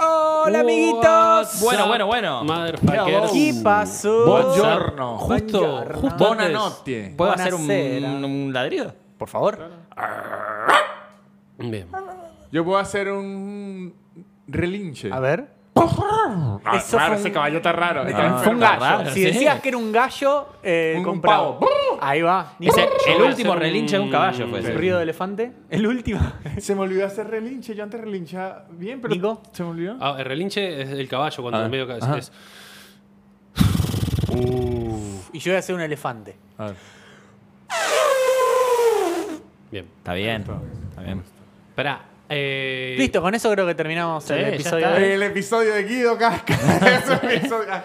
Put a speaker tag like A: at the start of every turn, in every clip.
A: Hola, amiguitos.
B: Bueno, bueno, bueno.
C: Motherfuckers.
A: ¿Qué pasó?
B: Buongiorno.
C: Justo,
A: Buongiorno.
C: justo antes.
B: Buonanotte. ¿Puedo hacer un,
A: Buonasera.
B: un ladrido? Por favor.
C: Bien.
D: Yo puedo hacer un relinche.
A: A ver.
D: Ah,
A: Eso
D: raro,
A: fue
D: ese
A: un-
D: caballo está raro. está
B: Ah,
A: Fue un
D: enfermo.
A: gallo.
B: raro,
A: si
B: sí.
A: decías que era un gallo, eh,
D: Un
A: comprado.
D: pavo.
A: Ahí va.
B: Ese-
C: Yo
B: el
C: voy a
B: último
C: hacer un-
B: relinche de un caballo fue
A: ¿El
B: ese.
A: ruido de elefante? El último.
D: Se me olvidó hacer relinche. Yo antes relinchaba bien, pero.
A: Nico.
D: ¿Se me olvidó?
C: Ah, el relinche es el caballo cuando
B: Ah,
C: en medio ca-
B: ajá.
C: es-
A: y yo voy a hacer un elefante.
D: A ver.
C: Bien.
B: Está bien. Está bien.
C: Pará. eh,
A: Listo, con eso creo que terminamos
B: Sí,
A: el
B: ya
A: episodio
B: está.
A: de hoy.
D: El episodio de Guido Casca. Ese episodio- ah,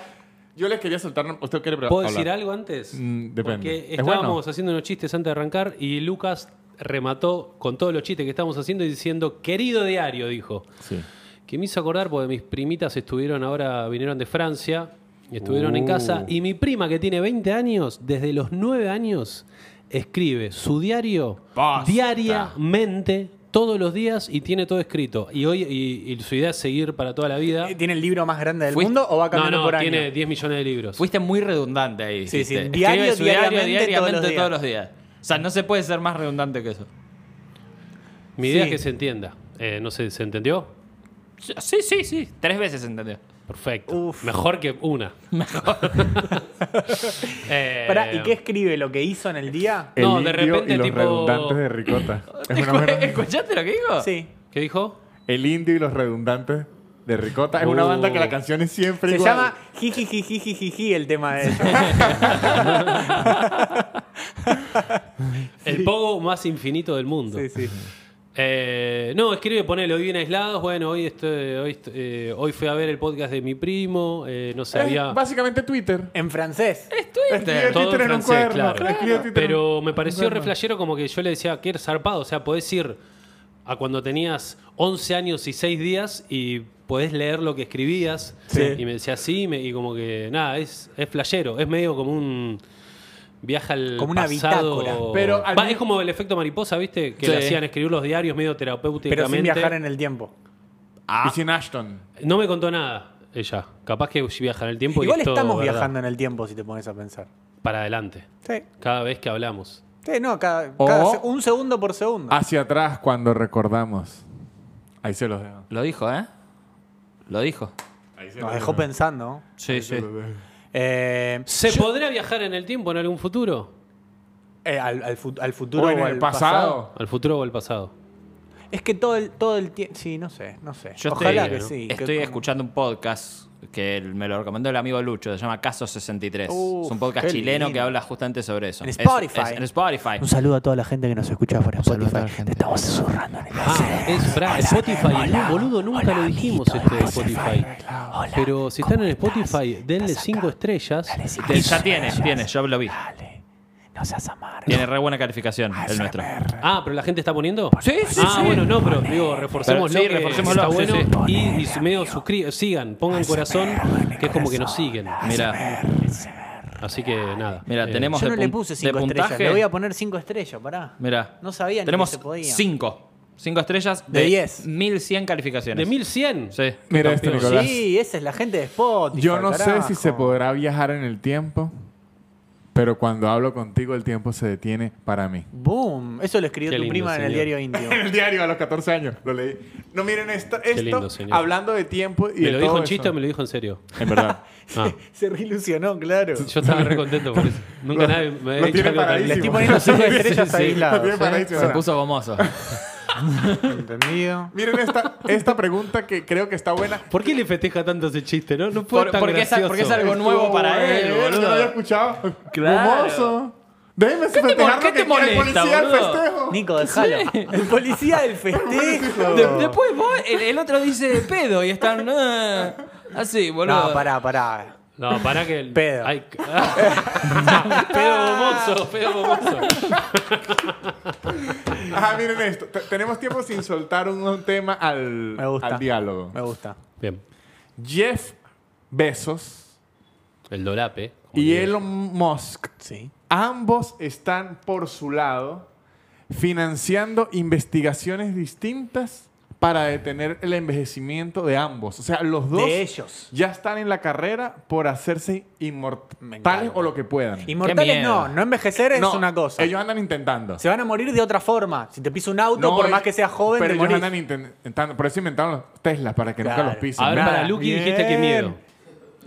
D: Yo les quería soltar. ¿Usted quiere pre-
C: ¿Puedo
D: hablar?
C: decir algo antes?
D: Mm, depende.
C: Porque
D: ¿Es bueno?
C: estábamos haciendo unos chistes antes de arrancar y Lucas remató con todos los chistes que estábamos haciendo y diciendo, querido diario, dijo.
D: Sí.
C: Que me hizo acordar porque mis primitas estuvieron ahora, vinieron de Francia, y estuvieron en casa
A: Uh.
C: y mi prima que tiene 20 años, desde los 9 años, escribe su diario
D: Basta.
C: diariamente. Todos los días y tiene todo escrito. Y hoy y, y su idea es seguir para toda la vida.
A: ¿Tiene el libro más grande del
B: Fuiste-
A: mundo o Eh, va
C: No,
A: cambiando
C: no,
A: por año?
C: tiene 10 millones de libros.
B: Fuiste muy redundante ahí.
A: Sí, sí.
B: dijiste.
A: Diario,
B: Escribe su diario
A: diariamente,
B: diariamente
A: todos
B: todos
A: los
B: los días. O sea, no se puede ser más redundante que eso.
C: Mi idea
A: Sí.
C: es que se entienda. Eh, no sé, ¿se entendió?
B: Sí, sí, sí. Tres veces entendió.
C: Perfecto.
A: Uf.
C: Mejor que una. Mejor. Eh,
A: Pará, ¿y qué escribe? ¿Lo que hizo en el día?
C: No,
D: El
C: de
D: indio
C: repente,
D: y los
C: tipo-
D: redundantes de ricota. Es una
B: Escu-
D: buena-
B: ¿Escuchaste lo que dijo?
A: Sí.
C: ¿Qué dijo?
D: El indio y los redundantes de ricota. Es una
C: Uh.
D: banda que la canción es siempre
A: Se
D: igual.
A: llama jijijijijijiji el tema de ellos.
C: El pogo más infinito del mundo.
A: Sí, sí.
C: Eh, no, escribe, ponele, hoy bien aislados. Bueno, hoy este, hoy, este, eh, hoy fui a ver el podcast de mi primo. eh, no sé,
D: Es
C: había.
D: básicamente Twitter.
A: En francés.
D: Escribe
C: Todo
D: Twitter
C: en
D: en un
C: francés,
D: cuaderno.
C: claro.
D: Escribe Twitter en-
C: Pero me pareció reflejero como que yo le decía que eres zarpado. O sea, podés ir a cuando tenías 11 años y 6 días y podés leer lo que escribías.
A: Sí.
C: Y me decía así, me- y como que nada, es, es flashero. Es medio como un viaje al
A: Como una
C: pasado.
A: bitácora.
D: Pero al
C: Va,
D: mi-
C: es como el efecto mariposa, ¿viste? Que
B: Sí.
C: le hacían escribir los diarios medio terapéuticamente.
A: Pero sin viajar en el tiempo.
C: Ah.
D: Y sin Ashton.
C: No me contó nada ella. Capaz que viaja en el tiempo
A: Igual
C: y es todo
A: estamos
C: verdad.
A: viajando en el tiempo si te pones a pensar.
C: para adelante.
A: Sí.
C: Cada vez que hablamos.
A: Sí, no, cada,
D: O-
A: cada se- un segundo por segundo.
D: Hacia atrás cuando recordamos. Ahí se los dejo.
B: Lo dijo, ¿eh? Lo dijo.
A: Nos dejó pensando.
B: Sí, sí.
A: Eh,
C: ¿Se podrá viajar en el tiempo en algún futuro?
A: eh, al, al fu- al futuro
D: O
A: o,
D: en
A: al
D: el pasado.
C: ¿Al futuro o al pasado?
A: pasado. Es que todo el, todo el tiempo. Sí, no sé, no sé.
B: Yo
A: Ojalá
B: estoy,
A: que sí. que
B: estoy
A: con-
B: escuchando un podcast que el- me lo recomendó el amigo Lucho, se llama Caso 63.
A: Uf,
B: es un podcast
A: qué
B: chileno
A: lindo.
B: que habla justamente sobre eso.
A: En
B: Es-
A: Spotify.
B: es- en Spotify.
A: Un saludo a toda la gente que nos escucha por
B: saludo a toda la
A: Spotify. Te
B: gente.
A: estamos susurrando en el
C: Ah, es pará, Spotify. No, boludo, nunca lo dijimos este de Spotify. Pero si están en Spotify, denle 5 estrellas.
B: Te- ya tiene, tiene, yo lo vi.
A: No seas amargo.
B: Tiene re buena calificación el nuestro.
C: Ah, pero la gente está poniendo.
B: Sí, sí,
C: Ah,
B: sí.
C: bueno, no, pero digo, reforcémoslo.
B: Pero sí,
C: que
B: reforcémoslo,
C: Está
B: sí,
C: bueno.
B: sí.
C: Y, y medio suscri- sigan, pongan corazón, que es como que nos siguen.
A: Ah,
B: Mira,
C: Así que nada.
B: mira,
C: Eh,
B: tenemos
A: Yo no
B: de
A: le
B: pun-
A: puse
B: de
A: 5 estrellas.
B: puntaje.
A: Le voy a poner 5 estrellas, pará.
B: Mira.
A: No sabía ni
B: Tenemos
A: que se podía.
B: 5. 5 estrellas
A: De
B: de
A: 10.
B: 1100 calificaciones.
C: De 1100.
B: Sí.
D: Mira este, esto, Nicolás.
A: Sí, esa es la gente de Spotify.
D: Yo no sé
A: carajo.
D: si se podrá viajar en el tiempo, pero cuando hablo contigo el tiempo se detiene para mí.
A: Boom. Eso lo escribió
C: Qué
A: tu
C: lindo,
A: prima en el
C: señor.
A: diario íntimo.
D: En el diario a los 14 años lo leí. No miren esto, esto
C: lindo, señor.
D: hablando de tiempo y
C: Me
D: de
C: lo dijo
D: todo
C: en chiste
D: eso.
C: o me lo dijo en serio.
D: En verdad.
C: Ah,
A: Se reilusionó, claro.
C: yo estaba re contento por eso. Nunca
D: Lo-
C: nadie me
D: lo
C: había dicho
D: tiene
C: algo tan
D: paradísimo.
A: Le estoy
C: lindo.
A: poniendo 5 estrellas
C: sí.
D: Lo
A: aisladas. ¿eh?
D: tiene paradísimo,
B: Se
D: ¿verdad?
B: puso gomoso.
A: ¿Entendido?
D: Miren esta, esta pregunta que creo que está buena.
C: ¿Por qué le festeja tanto ese chiste, no? No puede
B: Por-
C: tan
B: porque, es,
C: gracioso.
B: porque es algo nuevo para él,
D: Estuvo bueno, Yo no lo había
B: boludo.
D: escuchado.
B: Claro.
D: Gomoso. Déjeme festejar
B: qué
D: lo que
B: te
D: quiera el
B: molesta,
D: policía al
B: boludo?
D: festejo.
A: Nico, déjalo. El policía del festejo.
B: De- después vos, el, el otro dice de pedo y están
A: eh,
B: ah, así, boludo.
A: No, pará, pará.
C: No, para que el.
A: Pedo.
C: Ay, c- pedo gomoso, pedo gomoso.
D: Ajá, miren esto. T- tenemos tiempo sin soltar un, un tema al,
A: Me gusta.
D: al diálogo.
A: Me gusta.
C: Bien.
D: Jeff Bezos
C: El dolape. como
D: y
C: digo.
D: Elon Musk,
A: Sí.
D: ambos están por su lado financiando investigaciones distintas para detener el envejecimiento de ambos. O sea, los dos
A: De ellos.
D: ya están en la carrera por hacerse inmortales
A: encanta.
D: o lo que puedan.
B: Qué
A: Inmortales
B: miedo.
A: no, no envejecer es
D: No,
A: una cosa.
D: Ellos andan intentando.
A: Se van a morir de otra forma. Si te pisa un auto,
D: No,
A: por más
D: ellos-
A: que seas joven,
D: pero
A: te
D: ellos
A: morís.
D: andan intentando. Por eso inventaron los Tesla, para que
A: Claro.
D: nunca los pisen.
C: A ver,
D: Nada.
C: para Lucky
A: Bien.
C: dijiste que miedo.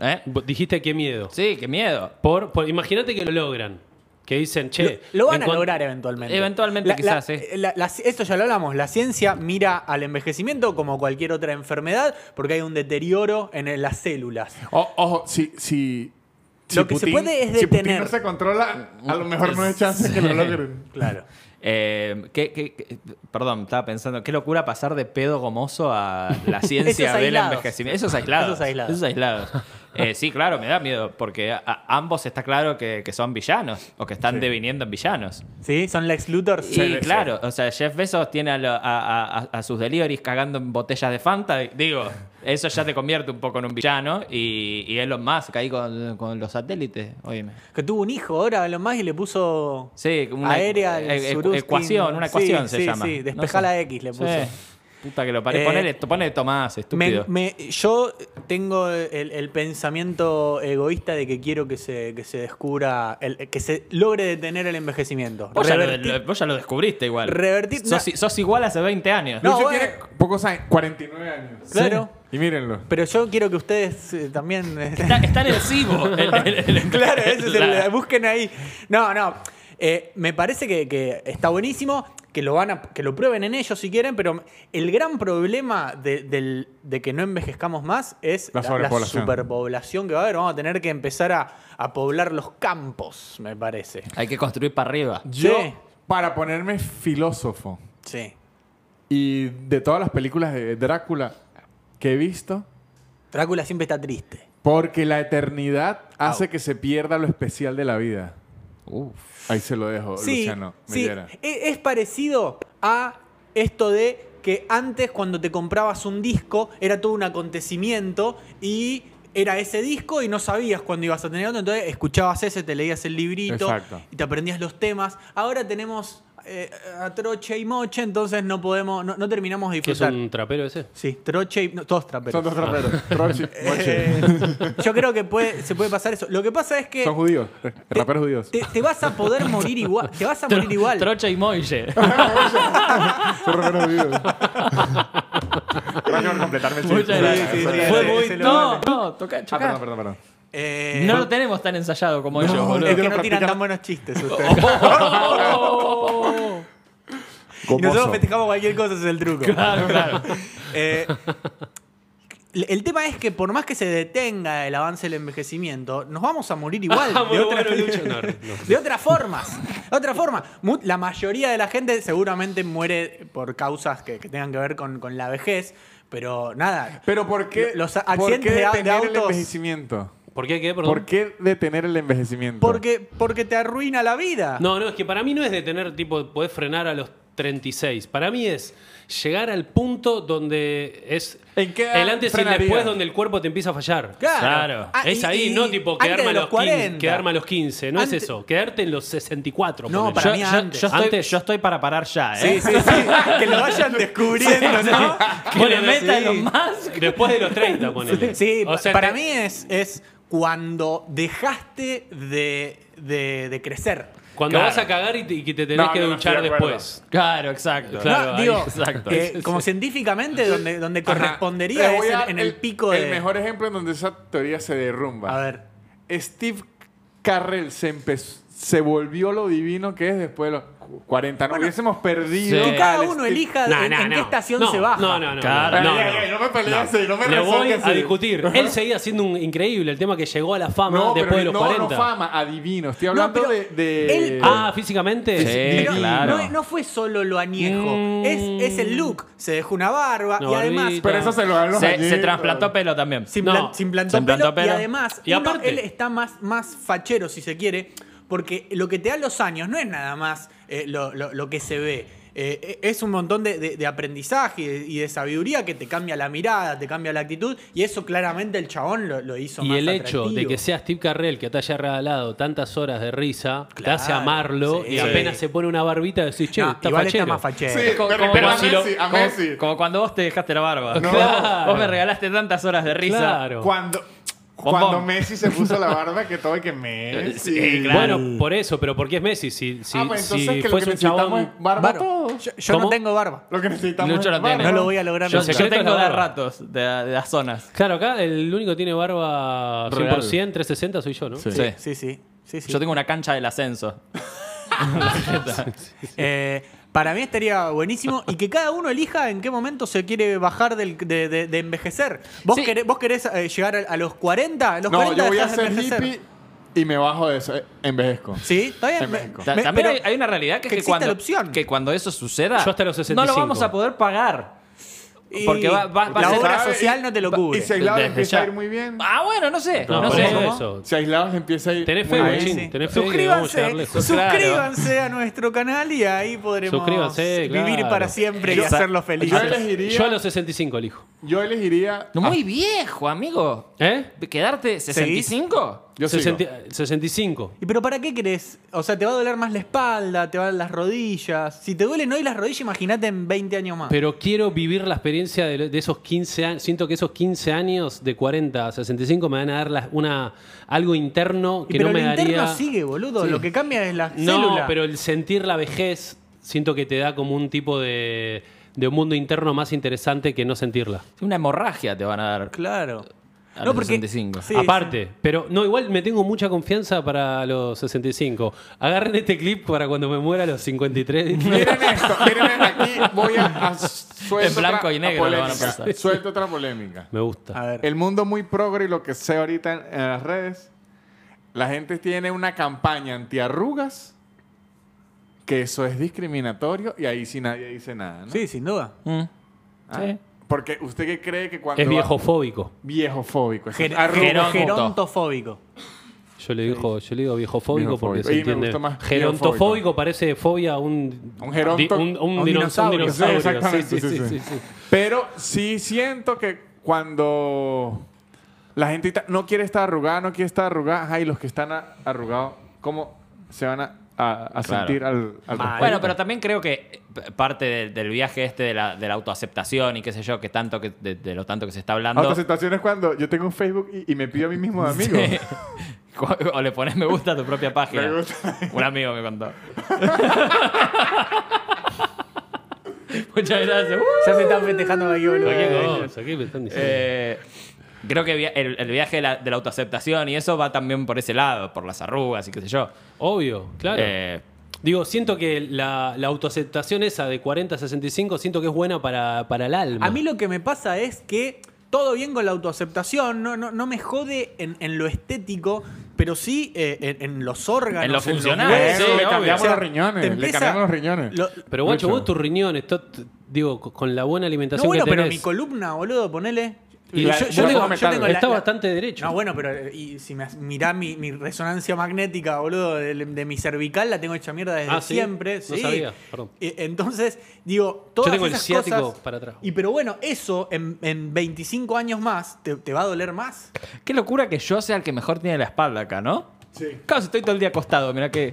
B: ¿Eh?
C: Vos Dijiste que miedo.
B: Sí, qué miedo.
C: Por, por- imagínate que lo logran. Que dicen, che.
A: Lo van a
C: encon-
A: lograr eventualmente.
B: Eventualmente, quizás, sí.
A: la- la- esto ya lo hablamos. La ciencia mira al envejecimiento como cualquier otra enfermedad porque hay un deterioro en las células.
D: O- ojo, si, si,
A: Lo
D: si
A: que se puede es
D: si Putin
A: detener.
D: no se controla, a lo mejor no hay chance que lo logren.
A: Claro.
B: Eh, ¿qué- qué- qué- perdón, estaba pensando, qué locura pasar de pedo gomoso a la ciencia
A: Esos
B: del
A: aislados.
B: envejecimiento. Esos aislados.
A: Esos aislados.
B: Esos aislados. Eh, sí, claro, me da miedo, porque a- a- ambos está claro que, que son villanos, o que están deviniendo en villanos.
A: ¿Sí? Son Lex Luthor.
B: Y claro, o sea, Jeff Bezos tiene a, lo- a- a- a- a sus deliveries cagando en botellas de Fanta. y Digo, eso ya te convierte un poco en un villano. Y, y Elon Musk ahí con, con los satélites, óyeme.
A: Que tuvo un hijo ahora, lo más, y le puso.
B: Sí, una
A: Aérea, el
B: e- e-
A: Suruskin.
B: ecuación, una
A: Sí,
B: ecuación se
A: sí,
B: llama.
A: sí, despejá la X le puso.
B: Puta que lo pare.
A: Eh,
B: ponele, ponele Tomás,
A: Me-
B: estúpido.
A: me- yo tengo el, el pensamiento egoísta de que quiero que se, que se descubra, el- que se logre detener el envejecimiento.
B: vos, ya
A: Revertir-
B: lo, vos ya lo descubriste igual.
A: Revertir-
B: Sos,
A: no.
B: sos igual hace 20 años.
A: No,
D: Lucho
A: bueno.
D: tiene pocos años, 49 años.
A: Claro.
D: Y mírenlo.
A: Pero yo quiero que ustedes eh, también.
B: Está, está en el cibo. El- el- el-
A: claro, ese es el-
B: la-
A: busquen ahí. No, no. Eh, me parece que, que está buenísimo, que lo van a, que lo prueben en ellos si quieren, pero el gran problema de, del- de que no envejezcamos más es
D: La sobrepoblación.
A: superpoblación que va a haber. Vamos a tener que empezar a, a poblar los campos, me parece.
B: Hay que construir para arriba.
D: Yo,
A: Sí.
D: para ponerme filósofo,
A: Sí.
D: y de todas las películas de Drácula que he visto,
A: Drácula siempre está triste.
D: porque la eternidad hace que se pierda lo especial de la vida.
B: Uf.
D: Ahí se lo dejo, Oh, Luciano.
A: sí.
D: Millera.
A: E- Es parecido a esto de que antes cuando te comprabas un disco era todo un acontecimiento y era ese disco y no sabías cuándo ibas a tener otro, entonces escuchabas ese, te leías el librito
D: Exacto.
A: y te aprendías los temas. Ahora tenemos eh, a Troche y Moche, entonces no podemos, no, no terminamos de
C: ¿Que es
A: disfrutar.
C: un trapero ese?
A: Sí, Troche y... no, todos traperos.
D: Son dos traperos. Rochi, Moche.
A: Eh, yo creo que puede, se puede pasar eso. Lo que pasa es que...
D: Son judíos. Raperos judíos.
A: Te, te vas a poder morir igual. Te vas a morir igual.
B: Trocha y Moille.
D: Son raperos judíos. Gracias por completarme el
B: Muchas gracias.
A: sí, sí,
B: Fue
A: sí,
B: muy.
A: se lo
B: No, no, toca,
D: Ah,
B: chocá.
D: perdón, perdón, perdón.
A: Eh,
B: No lo tenemos tan ensayado como ellos,
D: no,
B: boludo.
A: es
D: ellos
A: que
D: lo
A: no tiran
D: practican.
A: tan buenos chistes ustedes. Y nosotros
D: Gomoso.
A: festejamos cualquier cosa, ese es el truco.
B: Claro, claro.
A: Eh, el tema es que por más que se detenga el avance del envejecimiento, nos vamos a morir igual.
C: Ah, muy
A: de, otra-
C: bueno, Lucho. No, no.
A: de otras formas. De otra forma. Mu- La mayoría de la gente seguramente muere por causas que, que tengan que ver con, con la vejez. Pero nada.
D: Pero ¿por qué,
A: Los
D: por
A: accidentes
D: qué
A: de au- de
D: detener el
A: autos-
D: envejecimiento?
C: ¿Por qué qué? Perdón.
D: ¿Por qué detener el envejecimiento?
A: Porque, porque te arruina la vida.
C: No, no, es que para mí no es detener, tipo, podés frenar a los 36. Para mí es llegar al punto donde es
D: ¿En qué edad
C: el antes y el
D: frenaría?
C: después donde el cuerpo te empieza a fallar.
A: Claro.
B: Claro.
A: Ah,
C: es
A: y-
C: ahí,
A: y-
C: no tipo
A: antes
C: quedarme
A: de
C: a los, 15,
A: 40.
C: quedarme a los 15, no
A: Antes-
C: es eso. Quedarte en los 64.
A: No,
C: ponele.
A: para
B: yo,
A: mí
B: yo-
A: antes.
B: yo estoy,
C: Antes.
B: yo estoy para parar ya,
A: Sí,
B: ¿eh?
A: sí, sí. que lo vayan descubriendo, ¿no?
B: Que le metan
A: sí.
B: los más.
C: Después de los 30, ponele.
A: Sí,
C: O sea,
A: para
C: te-
A: mí es, es cuando dejaste de, de- de crecer.
C: Cuando
B: Claro.
C: vas a cagar y te, y que te tenés
D: No,
C: que
D: no, no,
C: duchar
D: estoy de acuerdo.
C: después.
B: Claro, exacto.
C: Claro,
A: No,
C: ahí,
A: digo, eh,
B: exacto.
A: que
B: Sí,
A: como científicamente, donde, donde
D: Ajá.
A: correspondería
D: Te
A: es
D: voy a
A: en,
D: dar
A: en el, pico de.
D: El mejor ejemplo en donde esa teoría se derrumba.
A: A ver.
D: Steve Carrell se empezó- se volvió lo divino que es después de los cu- 40. No hubiésemos perdido.
B: Sí.
A: Que cada
D: al
A: uno
D: Steve-
A: elija
C: No,
A: en,
C: no,
A: en qué
C: no.
A: estación
C: No,
A: se baja.
C: No, no, no.
B: Claro.
C: no, no,
D: Ay, ay, ay,
C: no.
D: no me peleas y no me
C: Le voy
D: resolques
C: a
D: el-
C: discutir. Él seguía siendo un increíble. El tema que llegó a la fama
D: No,
C: después de los
D: pero no,
C: 40.
D: no fama, adivino. Estoy hablando
A: pero
D: de, de-
A: él-
C: Ah, físicamente.
A: Pero
B: claro.
A: no, no fue solo lo añejo, es, es el look. Se dejó una barba
C: Una
A: y además
C: barbita.
D: pero eso se lo dan los
B: se,
D: añitos.
B: se trasplantó pelo también.
A: Se,
C: No.
A: implan- se implantó
B: Se
A: pelo,
B: implantó pelo.
A: y además
C: Y
A: uno,
C: aparte-
A: él está más, más fachero, si se quiere, porque lo que te da los años no es nada más eh, lo, lo- lo que se ve. eh, es un montón de, de- de aprendizaje y de, y de sabiduría que te cambia la mirada, te cambia la actitud, y eso claramente el chabón lo, lo hizo
C: Y
A: más
C: el hecho de
A: atractivo.
C: que sea Steve Carrell que te haya regalado tantas horas de risa, te hace
A: Claro,
C: amarlo
A: sí.
C: y apenas se pone una barbita decís, che,
A: No,
C: está
A: Ah, igual
C: fachero.
A: está más fachero.
D: Sí,
B: Co-
D: pero,
B: como
D: pero a
B: si lo-
D: Messi, a
B: como-
D: Messi.
B: como cuando vos te dejaste la barba.
D: No.
C: Claro.
B: Vos me regalaste tantas horas de risa.
C: Claro.
D: Cuando,
B: Bombón.
D: cuando Messi se puso la barba, que todo y que Messi.
B: Sí, claro.
C: Bueno, por eso, pero porque es Messi. Si, si,
D: Eh, Ah, pues
C: si
D: entonces que lo que
C: fuese un
D: necesitamos
C: chabón.
D: es barba
A: Bárbaro.
D: todo.
A: Yo, yo no
C: ¿Cómo?
A: tengo barba.
D: Lo que necesitamos
B: Lucho
D: es
B: no tiene.
D: barba.
A: No lo voy a lograr
B: Yo,
A: nunca.
B: yo
C: Secreto
B: tengo
C: es la
B: de
C: barba.
B: ratos, de, de las zonas.
C: Claro, acá el único que tiene barba 100%,
B: Real.
C: 360 soy yo, ¿no?
B: Sí.
A: Sí, sí, sí. sí, sí.
B: Yo tengo una cancha del ascenso.
A: Eh, para mí estaría buenísimo y que cada uno elija en qué momento se quiere bajar del- de, de- de envejecer. ¿Vos
B: Sí.
A: querés, vos querés, eh, llegar a, a los 40? A los
D: No,
A: 40
D: yo voy a
A: dejás de
D: ser
A: envejecer.
D: hippie y me bajo de eso. eh, Envejezco.
A: Sí, está bien.
D: En
A: Me-
D: México.
B: Ta-
A: me-
B: También
A: pero-
B: hay, hay una realidad que,
A: que
B: es que
A: existe
B: cuando,
A: la opción.
B: que cuando eso suceda,
C: Yo hasta los
B: no
C: 65.
B: lo vamos a poder pagar. Porque
A: y
B: va- va- va
A: la
B: a ser-
A: obra
D: ¿Sabe?
A: social no te lo
D: Y
A: cubre.
D: si aislados
B: Desde
D: empieza a
B: ya.
D: ir muy bien.
B: Ah, bueno, no sé.
C: No,
B: No,
C: por
B: sé.
C: eso,
B: cómo.
C: eso.
D: Si aislados empieza a ir.
C: Tenés fe,
D: muy
A: Ahí
D: bien.
C: Guachín,
A: sí.
C: tenés fe que vamos a llegar
A: suscríbanse,
C: lejos.
A: suscríbanse a nuestro canal y ahí podremos
C: Suscríbanse,
A: vivir
C: claro.
A: para siempre y
D: Yo-
A: hacerlos
D: Yo
A: felices.
D: elegiría.
C: Yo a los 65 elijo.
D: Yo elegiría.
B: No, Muy viejo, amigo.
C: ¿Eh?
B: ¿Quedarte 65?
D: Yo sigo.
C: 60 65.
A: ¿Y pero para qué querés? O sea, te va a doler más la espalda, te van las rodillas. Si te duelen hoy las rodillas, imagínate en 20 años más.
C: Pero quiero vivir la experiencia de, de esos 15 años. Siento que esos 15 años de 40 a 65 me van a dar la- una, algo interno
A: Y
C: que
A: pero
C: no me
A: el interno
C: daría.
A: sigue, boludo. Lo que cambia es la
C: no,
A: célula.
C: pero el sentir la vejez siento que te da como un tipo de, de un mundo interno más interesante que no sentirla.
B: Una hemorragia te van a dar.
A: Claro.
B: A los 65.
A: sí,
C: Aparte, pero no, igual me tengo mucha confianza para los 65. Agarren este clip para cuando me muera a los 53.
D: Miren esto, miren aquí. Voy a. a suelto
B: En blanco
D: otra-
B: y negro lo van a
D: polémica,
B: pasar.
D: Suelto otra polémica.
C: me
A: sí.
C: gusta.
A: A ver.
D: El mundo muy progre y lo que sea ahorita en, en las redes. La gente tiene una campaña antiarrugas. Que eso es discriminatorio y ahí sí nadie dice nada, ¿no?
A: Sí, sin duda.
B: Mm.
D: Ah,
B: Sí.
D: Porque usted que cree que cuando.
C: Es
D: va-
C: viejofóbico.
D: Viejofóbico.
A: Ger- ger-
D: Arrugas.
B: Geronto.
A: gerontofóbico.
C: Yo le digo, yo le digo viejofóbico porque
D: Viejofóbico.
C: se
D: Y me
C: entiende.
D: gusta más
C: Gerontofóbico
D: gerontofóbico.
C: parece fobia a un
D: Un geronto-
C: di- un, un
A: un
C: dinosaurio.
A: dinosaurio.
C: un
D: Sí,
C: dinosaurio.
D: exactamente,
C: Sí, sí,
D: sí,
C: sí,
D: sí.
C: sí, sí.
D: Pero sí siento que cuando la gente está- no quiere estar arrugada, no quiere estar arrugada, ajá, y los que están a- arrugados, ¿cómo se van a, a-
B: Claro.
D: a sentir al, al
A: Mal.
B: Bueno,
D: respecto?
B: pero también creo que eh, parte de- del viaje este de la, de la autoaceptación y qué sé yo, que tanto que, de, de lo tanto que se está hablando.
D: Otra situación es cuando yo tengo un Facebook y, y me pido a mí mismo de amigo.
B: o le pones me gusta a tu propia página.
D: Me gusta.
B: Un amigo me contó. Muchas gracias.
A: Ya se están festejando aquí, boludo.
C: Cualquier cosa, ¿qué me están diciendo?
B: Eh, creo que via- el, el viaje de la, de la autoaceptación y eso va también por ese lado, por las arrugas y qué sé yo.
C: Obvio, claro.
B: Eh,
C: Digo, siento que la, la autoaceptación esa de 40 a 65, siento que es buena para, para el alma.
A: A mí lo que me pasa es que todo bien con la autoaceptación, no, no, no me jode en, en lo estético, pero sí eh, en, en los órganos.
B: En lo funcional,
A: huesos.
B: sí,
A: O
B: le
A: sea,
D: cambiamos
A: te
D: los riñones, le
A: empieza-
D: cambiamos los riñones.
A: lo-
C: pero guacho,
D: Lucho.
C: vos tus riñones, to- t- digo, co- con la buena
A: no,
C: alimentación
A: bueno,
C: que tenés.
A: pero mi columna, boludo, ponele.
D: Y la- la forma metálica.
C: Está bastante derecho.
A: No, bueno, pero eh, y si me mirá mi, mi resonancia magnética, boludo, de, de mi cervical, la tengo hecha mierda desde
C: Ah, ¿sí?
A: siempre.
C: No
A: sí.
C: sabía, perdón.
A: Eh, Entonces, digo, todas
C: tengo el
A: esas
C: ciático
A: cosas-
C: para atrás.
A: Y pero bueno, eso en, en 25 años más te, te va a doler más.
B: qué locura que yo sea el que mejor tiene la espalda acá, ¿no?
D: Sí.
B: Claro, si estoy todo el día acostado, mira que.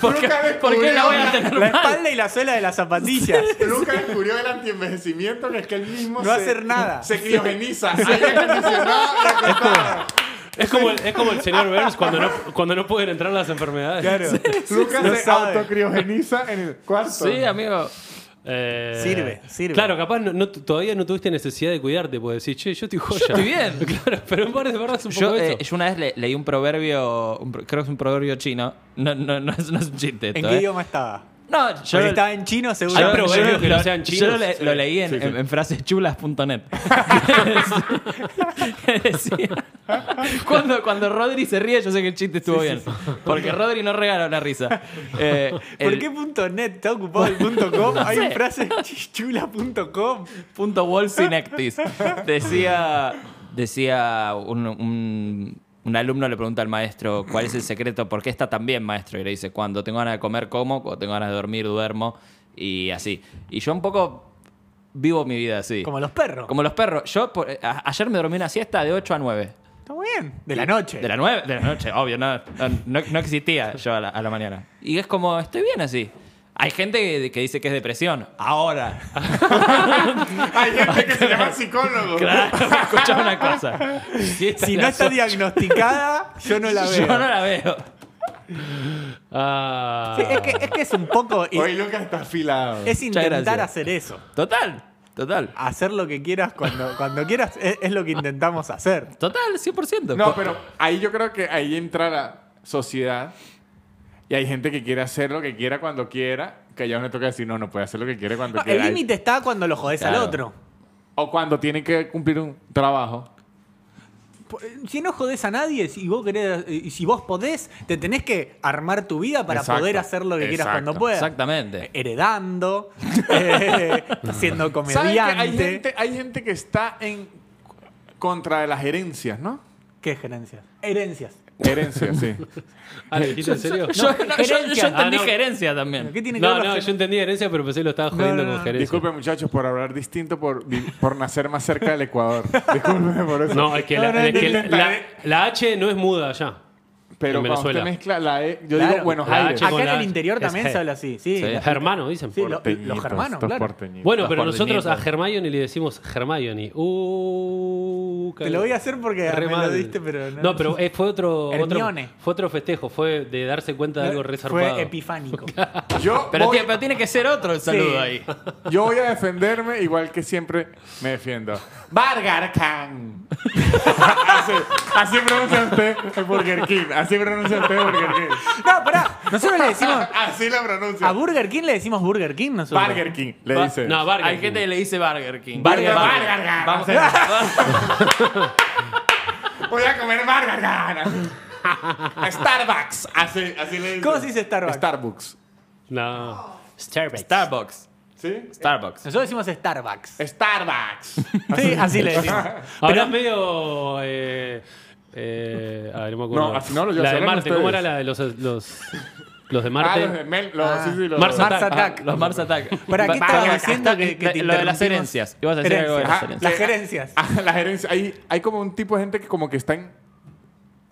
B: ¿Por
D: Nunca
B: qué, por
D: descubrió
B: qué la voy a tener
A: La
B: mal?
A: espalda y la suela de las zapatillas.
D: Nunca descubrió el antienvejecimiento, que es que él mismo
A: No
D: se-
A: hacer nada.
D: Se criogeniza. Aire acondicionado, recostado.
C: Es como, el, es como el señor Burns cuando no, cuando no pueden entrar las enfermedades.
D: Lucas
A: Lo
D: se
A: sabe.
D: autocriogeniza en el cuarto.
B: Sí, amigo.
C: Eh,
A: Sirve, sirve.
C: Claro, capaz no, no- todavía no tuviste necesidad de cuidarte, puedes decir, che, yo estoy joya.
B: estoy bien.
C: claro, pero en parte de verdad es un poco
B: Yo, eh,
C: eso.
B: yo una vez le- leí un proverbio, un pro- creo que es un proverbio chino. No, no, no, es, no es un chiste.
A: ¿En
B: esto,
A: qué
B: eh.
A: idioma estaba?
B: No, yo.
A: Porque
B: lo-
A: estaba en chino,
B: yo-
A: seguro.
C: Hay
B: yo
C: proverbios que
B: lo-
C: no sean
B: yo
C: chinos.
B: le- lo leí en, en- en fraseschulas.net. Que decía- cuando, cuando Rodri se ríe, yo sé que el chiste estuvo bien. Porque Rodri no regala una risa. Eh,
A: ¿Por
B: el
A: qué punto .net? ¿Está ocupado el punto .com? Hay
B: sé.
A: un frase chichula.com.
B: Punto Wolf Sinectis. Decía, decía un, un- una un alumno le pregunta al maestro, ¿cuál es el secreto? ¿Por qué está tan bien, maestro? Y le dice, cuando tengo ganas de comer, como, cuando tengo ganas de dormir, duermo, y así. Y yo un poco vivo mi vida así.
A: Como los perros.
B: Como los perros. Yo por- eh, a- ayer me dormí una siesta de 8 a 9.
A: Está muy bien. De la noche.
B: De la, nueve, de la noche, obvio, no, no, no existía yo a la, a la mañana. Y es como, estoy bien así. Hay gente que, que dice que es depresión. Ahora.
D: Hay gente que se llama psicólogo.
B: Claro, escuchá una cosa.
A: Si no está diagnosticada, yo no la veo.
B: Yo no la veo.
C: Ah.
A: Sí, es, que, es que es un poco.
D: Hoy Lucas está afilado.
A: Es
B: Muchas
A: intentar
B: gracias.
A: hacer eso.
B: Total, total.
A: Hacer lo que quieras cuando, cuando quieras es, es lo que intentamos hacer.
B: Total, 100%.
D: No, pero ahí yo creo que ahí entra la sociedad y hay gente que quiere hacer lo que quiera cuando quiera, que ya uno toca decir, no, no puede hacer lo que quiere cuando
A: No, el
D: quiera.
A: límite está cuando lo jodés al
B: Claro.
A: otro.
D: O cuando tiene que cumplir un trabajo.
A: P- eh, Si no jodés a nadie, si vos querés, eh, y si vos podés, te tenés que armar tu vida para
D: Exacto,
A: poder hacer lo que quieras
D: exacto,
A: cuando puedas. Eh,
B: Exactamente.
A: Heredando, eh, siendo
D: ¿Saben que hay
A: comediante.
D: gente, hay gente que está en contra de las herencias, ¿no?
A: ¿Qué gerencias? Herencias.
D: Herencias, sí.
C: Ah, ¿lo dijiste en serio?
B: Yo, no, yo- yo
A: Gerencia.
B: entendí
C: Ah, no.
B: gerencia también.
A: ¿Qué tiene que
C: No,
A: ver
C: no,
A: las
C: yo entendí herencia, pero pensé que lo estaba jodiendo
A: No, no, no.
C: con gerencia.
D: Disculpen, muchachos, por hablar distinto, por, vi- por nacer más cerca del Ecuador. Disculpen por eso.
C: No, es que,
A: No, no,
C: la, es que la-
D: intentaré.
C: la H no es muda ya.
D: Pero
C: en
D: cuando usted
C: Venezuela.
D: mezcla la E, yo
A: Claro,
D: digo Buenos
C: la
D: Aires.
C: H
A: Acá en
C: con
A: el
C: la-
A: interior
C: es
A: también
C: G.
A: se habla así. Sí,
B: Sí.
A: la-
C: Germano, dicen.
A: Sí,
C: por-
A: lo- los germanos,
D: estos
A: claro.
D: porteñitos.
C: Bueno,
B: los
C: pero nosotros a
B: porteñitos.
C: Hermione le decimos Hermione. Uh,
A: Te lo voy a hacer porque
C: Re
A: me lo
C: mal.
A: diste, pero no.
C: No, pero eh, fue otro, otro-
A: Hermione.
C: fue otro festejo, fue de darse cuenta de algo resarpado.
A: Fue epifánico.
D: Yo
B: Pero,
D: voy-
B: tiene- pero tiene que ser otro el saludo
A: Sí.
B: ahí.
D: Yo voy a defenderme igual que siempre me defiendo. Bargar Khan. así, así pronuncia usted el Burger King. Así pronuncia usted el Burger King.
A: No, pará. Nosotros le decimos.
D: Así lo
A: A
D: pronuncia.
A: Burger King le decimos Burger King nosotros.
D: Burger King, le
C: Ba-
D: dice.
C: No, Burger
B: Hay
C: King.
B: gente que le dice Burger King.
D: Burger,
B: Vamos-
D: Burger, Burger.
B: vamos-
D: Voy a comer Burger Khan. Starbucks. Así, así le dice.
A: ¿Cómo se dice Starbucks?
D: Starbucks.
C: No. Starbucks.
B: Starbucks.
D: ¿Sí?
B: Starbucks.
A: Nosotros decimos Starbucks.
D: Starbucks.
A: Sí, así le decimos.
C: Ahora es medio. Eh, eh, a ver, no me acuerdo.
D: No, así no lo- yo
C: La
D: sé,
C: de
D: hablan
C: Marte, ¿cómo
D: ustedes.
C: era la de los, los, los de
D: Ah,
C: Marte?
D: los de Mel. Los, sí, sí, los,
C: Mars
D: los-
A: Mars Attack.
B: Los Mars Attack.
A: ¿Para qué
B: Ba-
A: estabas
B: Burger
A: diciendo
B: Attack.
A: que, que te
B: Lo de las
A: interrumpimos?
B: herencias. Ibas a decir algo de
A: Herencias.
B: las
D: Ajá.
B: herencias.
A: Las gerencias.
D: Ah, las gerencias. Hay, hay como un tipo de gente que como que está en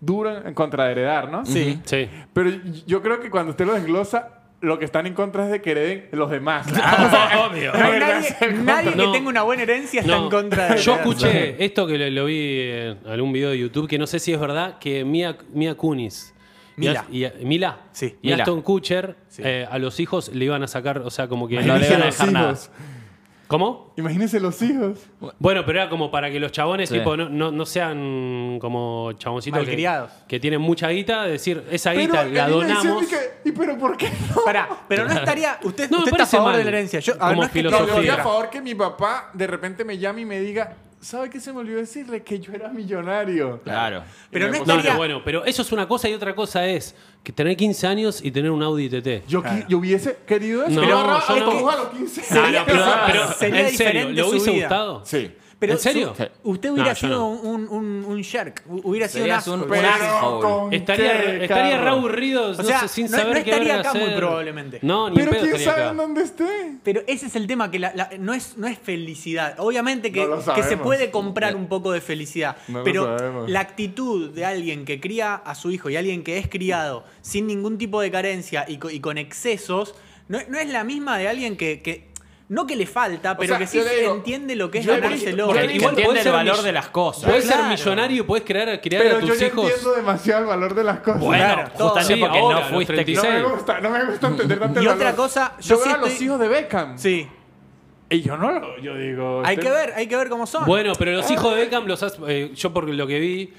D: duro en contra de heredar, ¿no?
A: Sí.
C: Sí.
D: Pero yo creo que cuando usted lo desglosa, lo que están en contra es de que hereden los demás.
C: Ah,
B: obvio.
A: No hay nadie, nadie que
C: No.
A: tenga una buena herencia está
C: No,
A: en contra de
C: Yo
A: la-
C: escuché esto que lo, lo vi en algún video de YouTube, que no sé si es verdad, que Mia, Mia Kunis. y
A: Mila.
C: As- Y, eh, Mila.
A: Sí,
C: Y
B: Mila.
C: Aston Kutcher
A: Sí.
C: eh, a los hijos le iban a sacar, o sea, como que.
B: No le
D: Imagínense
B: van a
D: los
B: dejar nada.
D: hijos.
C: ¿Cómo?
D: Imagínense los hijos.
C: Bueno, pero era como para que los chabones
B: Sí.
C: tipo, no, no, no sean como chaboncitos que,
A: Malcriados.
C: que tienen mucha guita, decir, esa
D: Pero
C: guita la
D: a mí me decían
C: donamos.
D: que- ¿Y pero por qué no?
A: Pará, pero no estaría. Usted,
C: No, me
A: usted está a
C: parece
A: favor
C: mal.
A: de la herencia. Yo, a ver,
C: Como
A: no es que
D: No, yo
C: filosofía.
D: estoy
A: estoy
D: a
A: en contra.
D: favor que mi papá de repente me llame y me diga, ¿sabe qué se me olvidó decirle? Que yo era millonario.
B: Claro.
A: Pero no
D: Y me
A: es
C: No,
A: que-
D: puse-
A: Sería-
C: no, bueno, pero eso es una cosa y otra cosa es que tener 15 años y tener un Audi TT.
D: yo, qui- yo hubiese querido eso.
C: No,
D: Yo agarraba
C: yo
D: a los
C: no.
D: ojos a los 15
A: Sería-
D: años.
C: Pero, pero,
A: Sería
C: en serio,
A: diferente
C: ¿le
A: su
C: hubiese
A: vida.
C: gustado?
D: Sí.
A: Pero
C: ¿En serio?
A: su- usted hubiera
C: No, yo
A: sido
C: no.
A: un, un, un shark. Hu- Hubiera sido un
B: Serías un-
A: asshole.
B: Pero
D: Pero con
C: Estaría,
D: qué
C: estaría re
D: carro.
C: aburrido, no
A: sea,
C: sé, sin
A: no-
C: saber
A: no
C: qué
A: estaría
C: verga
A: acá muy
C: hacer.
A: probablemente.
C: No, ni en
D: Pero
C: pedo
D: quién
C: estaría
D: sabe
C: acá.
D: en dónde esté.
A: Pero ese es el tema, que la- la- no, es, no es felicidad. Obviamente que,
D: No lo
A: que se
D: sabemos.
A: puede comprar un poco de felicidad,
D: No lo
A: pero
D: sabemos.
A: la actitud de alguien que cría a su hijo y alguien que es criado sin ningún tipo de carencia y, co- y con excesos, no, no es la misma de alguien que... que- no que le falta, pero
D: sea,
A: que sí
D: yo le digo,
A: entiende lo que es
D: yo le-
A: ganarse el
D: yo
A: oro.
B: Que,
D: le digo-
B: que
C: igual
B: entiende
C: puede
B: el
C: ser
B: valor
C: mis-
B: de las cosas.
C: Puedes
A: Claro.
C: ser millonario, puedes crear, criar
D: Pero
C: a
D: yo
C: tus
D: ya
C: hijos.
D: entiendo demasiado el valor de las cosas.
B: Bueno,
A: Claro, todo.
B: justamente
C: Sí,
B: porque
C: ahora,
B: no
C: los
B: fuiste
C: 36.
D: No
B: quizá.
D: me gusta, no me gusta entender tanto el
A: Y otra
D: valor.
A: cosa,
D: yo,
A: yo sí
D: veo a los
A: estoy-
D: hijos de Beckham.
A: Sí,
D: Y yo no lo, yo digo.
A: hay
D: este-
A: que ver, hay que ver cómo son.
C: Bueno, pero los hijos de Beckham, los has- eh, yo por lo que vi,